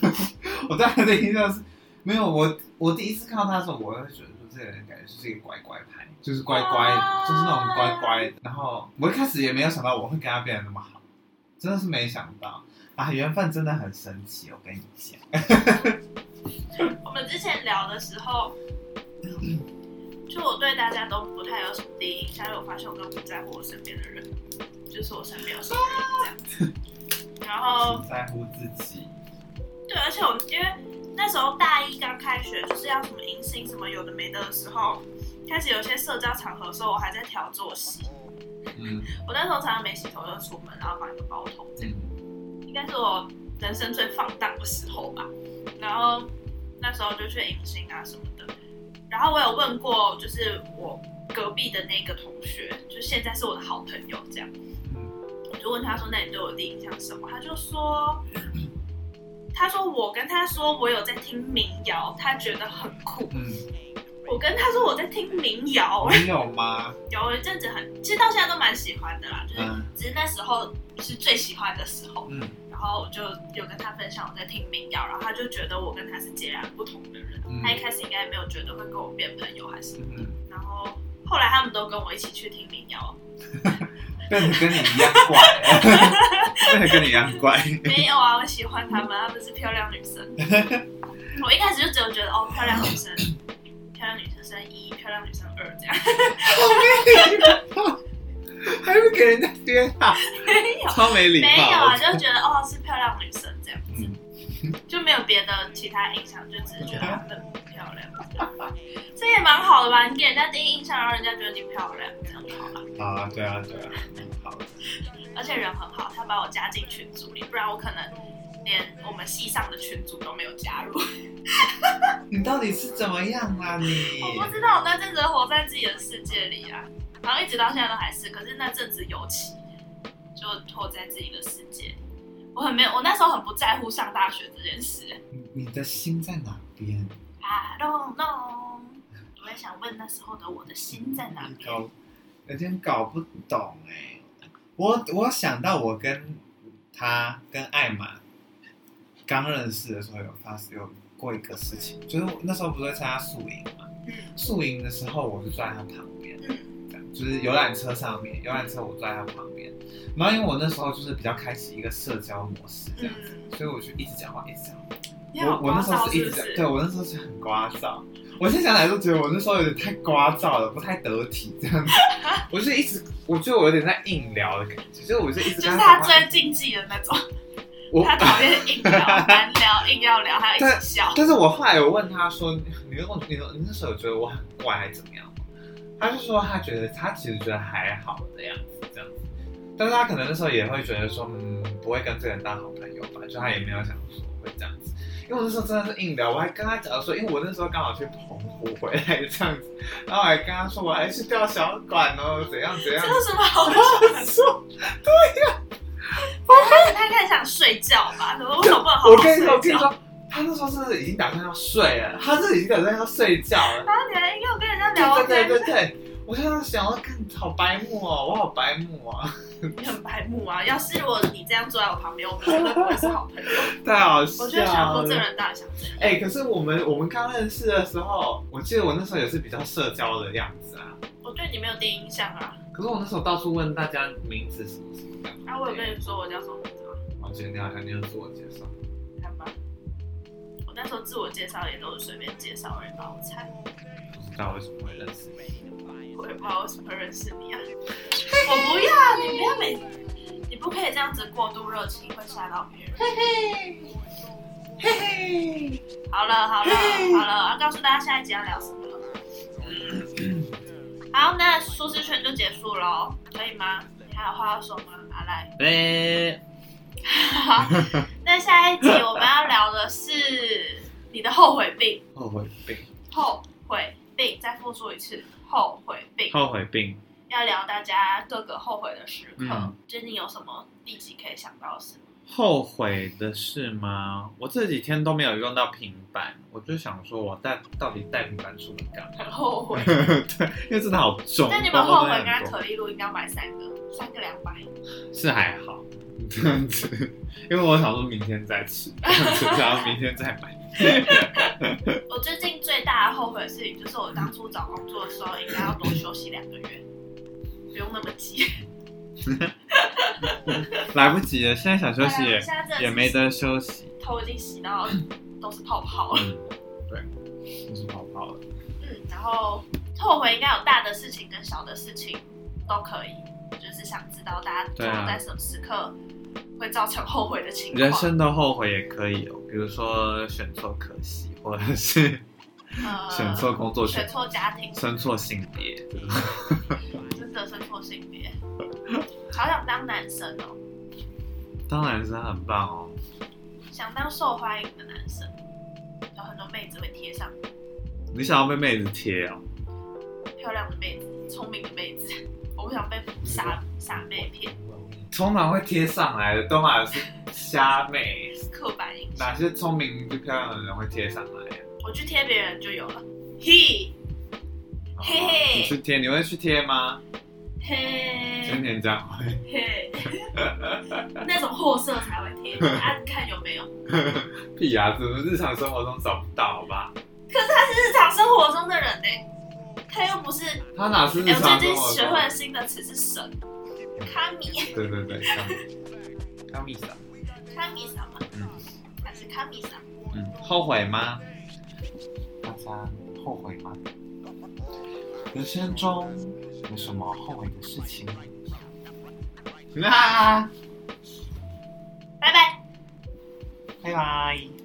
Speaker 3: [LAUGHS] 我对她的印象是，没有我，我第一次看到她的时候，我会觉得说这个人感觉就是一个乖乖牌，就是乖乖，
Speaker 2: 啊
Speaker 3: 就是那种乖乖的。然后我一开始也没有想到我会跟她变得那么好，真的是没想到啊，缘分真的很神奇，我跟你讲。
Speaker 2: 我们之前聊的时候，就我对大家都不太有什么第一印象，因为我发现我根本不在乎我身边的人，就是我身边有什么人这样子。然后
Speaker 3: 只在乎自己，
Speaker 2: 对，而且我因为那时候大一刚开学，就是要什么迎新什么有的没的的时候，开始有些社交场合的时候，我还在调作息。
Speaker 3: 嗯
Speaker 2: [LAUGHS] 我那时候常常没洗头就出门，然后绑一个包头，这样
Speaker 3: 嗯
Speaker 2: 应该是我人生最放荡的时候吧。然后那时候就去迎新啊什么的。然后我有问过，就是我隔壁的那个同学，就现在是我的好朋友这样。
Speaker 3: 嗯，
Speaker 2: 我就问他说：“那你对我的印象是什么？”他就说：“他说我跟他说我有在听民谣，他觉得很酷。
Speaker 3: 嗯，
Speaker 2: 我跟他说我在听民谣，
Speaker 3: 你有吗？
Speaker 2: 有一阵子很，其实到现在都蛮喜欢的啦，就是、
Speaker 3: 嗯
Speaker 2: 只是那时候是最喜欢的时候。
Speaker 3: 嗯
Speaker 2: 然后我就有跟他分享我在听民谣，然后他就觉得我跟他是截然不同的人。
Speaker 3: 嗯
Speaker 2: 他一开始应该没有觉得会跟我变朋友还是什么的
Speaker 3: 嗯，
Speaker 2: 然后后来他们都跟我一起去听民谣，
Speaker 3: 变得跟你一样怪， [LAUGHS] 变得跟你一样怪。 [LAUGHS]
Speaker 2: 没有啊，我喜欢她们，她们是漂亮女生。我一开始就只有觉得哦，漂亮女生， [COUGHS] 漂亮女生一，漂亮女生二这样。
Speaker 3: 还会给人家约到，
Speaker 2: 没有，啊
Speaker 3: 超没礼貌。
Speaker 2: 没有啊，就觉得哦是漂亮女生这样子，
Speaker 3: 嗯
Speaker 2: 就没有有别的其他印象，就只是觉得她很漂亮。这也蛮好的吧？你给人家第一印象，让人家觉得你漂亮，这样就好了。
Speaker 3: 好啊，对啊，对啊，嗯好，
Speaker 2: 而且人很好，他把我加进群组里，不然我可能连我们系上的群组都没有加入。
Speaker 3: 你到底是怎么样啊你？
Speaker 2: 我不知道，我那阵子活在自己的世界里啊，然后一直到现在都还是，可是那阵子尤其就活在自己的世界里。我很没有，我那时候很不在乎上大学这件 [LAUGHS] 事。
Speaker 3: 你你的心在哪边？
Speaker 2: I don't know，我也想问那时候的我的心在哪边。
Speaker 3: 搞有点搞不懂哎、我我想到我跟他跟艾玛刚认识的时候有发生有过一个事情，就是我那时候不是在参加宿营嘛，
Speaker 2: 嗯
Speaker 3: 宿营的时候我就坐在他旁边，这样就是游览车上面，游览车我坐在他旁边，然后因为我那时候就是比较开启一个社交模式这样子，
Speaker 2: 嗯，
Speaker 3: 所以我就一直讲话，一直讲话。
Speaker 2: 你
Speaker 3: 我
Speaker 2: 好
Speaker 3: 我
Speaker 2: 刮
Speaker 3: 那时候
Speaker 2: 痧
Speaker 3: 是一
Speaker 2: 是
Speaker 3: 直
Speaker 2: 不
Speaker 3: 在，
Speaker 2: 是？
Speaker 3: 对我那时候是很聒噪。我现在想来都觉得我那时候有点太聒噪了，不太得体这样子。我就一直，我觉得我有点在硬聊的感觉，就是我就一直
Speaker 2: 就
Speaker 3: 跟
Speaker 2: 是
Speaker 3: 他
Speaker 2: 他
Speaker 3: 讲话
Speaker 2: 最禁忌的那种，
Speaker 3: 我
Speaker 2: 他讨厌硬聊、 [LAUGHS] 难聊、硬要聊，还要一起笑。
Speaker 3: 但是我后来有问他说，你问你你那时候有觉得我很怪还是怎么样吗？他就说他觉得他其实觉得还好的样子这样子，但是他可能那时候也会觉得说，嗯，不会跟这个人当好朋友吧，就他也没有想说会这样子。因为我那时候真的是硬聊，我还跟他讲说，因为我那时候刚好去澎湖回来这样子，然后我还跟他说我还去钓小管哦，怎样怎样
Speaker 2: 这。有什么好说？对呀、他他应该想睡觉吧？怎么为什么不能好
Speaker 3: 我
Speaker 2: 好
Speaker 3: 跟你说，我跟
Speaker 2: 睡
Speaker 3: 你
Speaker 2: 觉？
Speaker 3: 说，他那时候是已经打算要睡了，他是已经打算要睡觉了。
Speaker 2: 然后你还硬要跟人家聊
Speaker 3: [LAUGHS] 对对
Speaker 2: 天，
Speaker 3: 对对对，我现在想要看好白目哦，我好白目啊，
Speaker 2: 你很白目啊！要是如果你这样坐在我旁边，我们绝对不会是好朋友。
Speaker 3: [LAUGHS] 太好
Speaker 2: 我就想
Speaker 3: 笑
Speaker 2: 说，这
Speaker 3: 了。
Speaker 2: 人到底想怎样？
Speaker 3: 哎、可是我们我们刚认识的时候，我记得我那时候也是比较社交的样子啊。
Speaker 2: 我对你没有第一印象啊！
Speaker 3: 可是我那时候到处问大家名字什么什么的。
Speaker 2: 啊，我有跟你说我叫什么名字吗？
Speaker 3: 我觉得你好像就是自我介绍。
Speaker 2: 看吧，我那时候自我介绍也都是随便介绍而已吧，我猜
Speaker 3: 不知道为什么会认识你。
Speaker 2: 我也不知道为什么认识
Speaker 3: [LAUGHS]
Speaker 2: 你啊。我不要，你不要每，你不可以这样子过度热情，会吓到别人。
Speaker 4: 嘿嘿，
Speaker 2: 好了好了好了，啊要告诉大家下一集要聊什么
Speaker 3: [COUGHS]
Speaker 2: 了。好，那舒适圈就结束喽，可以吗？你还有话要说吗？阿赖。 [LAUGHS]
Speaker 3: 哎、
Speaker 2: 好，那下一集我们要聊的是你的后悔病。
Speaker 3: 后悔病，
Speaker 2: 后悔病，再复述一次，后悔病，
Speaker 3: 后悔病。
Speaker 2: 要聊大家各个后悔的时刻。
Speaker 3: 嗯
Speaker 2: 最近有什么立即可以想到的事？
Speaker 3: 后悔的事吗？我这几天都没有用到平板，我就想说，我带到底带平板出门干嘛？
Speaker 2: 很后
Speaker 3: [LAUGHS]
Speaker 2: 悔。
Speaker 3: 对，因为真的好重。
Speaker 2: 那你们后悔刚
Speaker 3: 包
Speaker 2: 刚
Speaker 3: 包都
Speaker 2: 可丽露应该买三个，三个两百。
Speaker 3: 是还好 [LAUGHS] 这样子，因为我想说明天
Speaker 2: [LAUGHS]
Speaker 3: 再吃，这样子然后明天再买。
Speaker 2: 我最近最大的后悔的事情就是我当初找工作的时候应该要多休息两个月，不用那么急。
Speaker 3: 来不及了，现
Speaker 2: [LAUGHS]
Speaker 3: 在想休息
Speaker 2: 对啊
Speaker 3: 也
Speaker 2: 现在真的是
Speaker 3: 也没得休息。
Speaker 2: 头已经洗到都是泡泡了。
Speaker 3: 嗯，对，就是泡泡了。
Speaker 2: 嗯，然后后悔应该有大的事情跟小的事情都可以，就是想知道大家
Speaker 3: 对啊
Speaker 2: 在什么时刻会造成后悔的情况。
Speaker 3: 人生的后悔也可以、哦，比如说选错科系，或者是
Speaker 2: 呃
Speaker 3: 选错工作、选
Speaker 2: 选错家庭，
Speaker 3: 选错性别，对吧？
Speaker 2: 真的是错性别。好想当男生哦，
Speaker 3: [LAUGHS] 当然是很棒哦。
Speaker 2: 想当受欢迎的男生，有很多妹子会贴上
Speaker 3: 你想要被妹子贴哦？
Speaker 2: 漂亮的妹子、聪明的妹子， [LAUGHS] 我不想被傻傻妹骗，
Speaker 3: 通常会贴上来的，都嘛是虾妹。
Speaker 2: 刻板印象。
Speaker 3: 哪些聪明就漂亮的人会贴上来啊呀？
Speaker 2: 我去贴别人就有了，嘿嘿嘿
Speaker 3: 哦你去贴，你会去贴吗？今
Speaker 2: 嘿
Speaker 3: 天这样会，
Speaker 2: 嘿。 [LAUGHS] 那种货色才会贴，啊，你看有没有？
Speaker 3: [LAUGHS] 屁啊！怎么日常生活中找不到好吧？
Speaker 2: 日常生活中的人呢、他又不是。
Speaker 3: 他哪是
Speaker 2: 哎、
Speaker 3: 日
Speaker 2: 我最
Speaker 3: 常
Speaker 2: 近
Speaker 3: 生活中？
Speaker 2: 学会了新的词是神，卡米，
Speaker 3: 对对对，这样要密上。
Speaker 2: 卡米什么？
Speaker 3: 嗯
Speaker 2: 还是卡米什么？
Speaker 3: 嗯，后悔吗？大家后悔吗？人生中有什么后悔的事情？啊，
Speaker 2: 拜拜。
Speaker 3: 拜拜。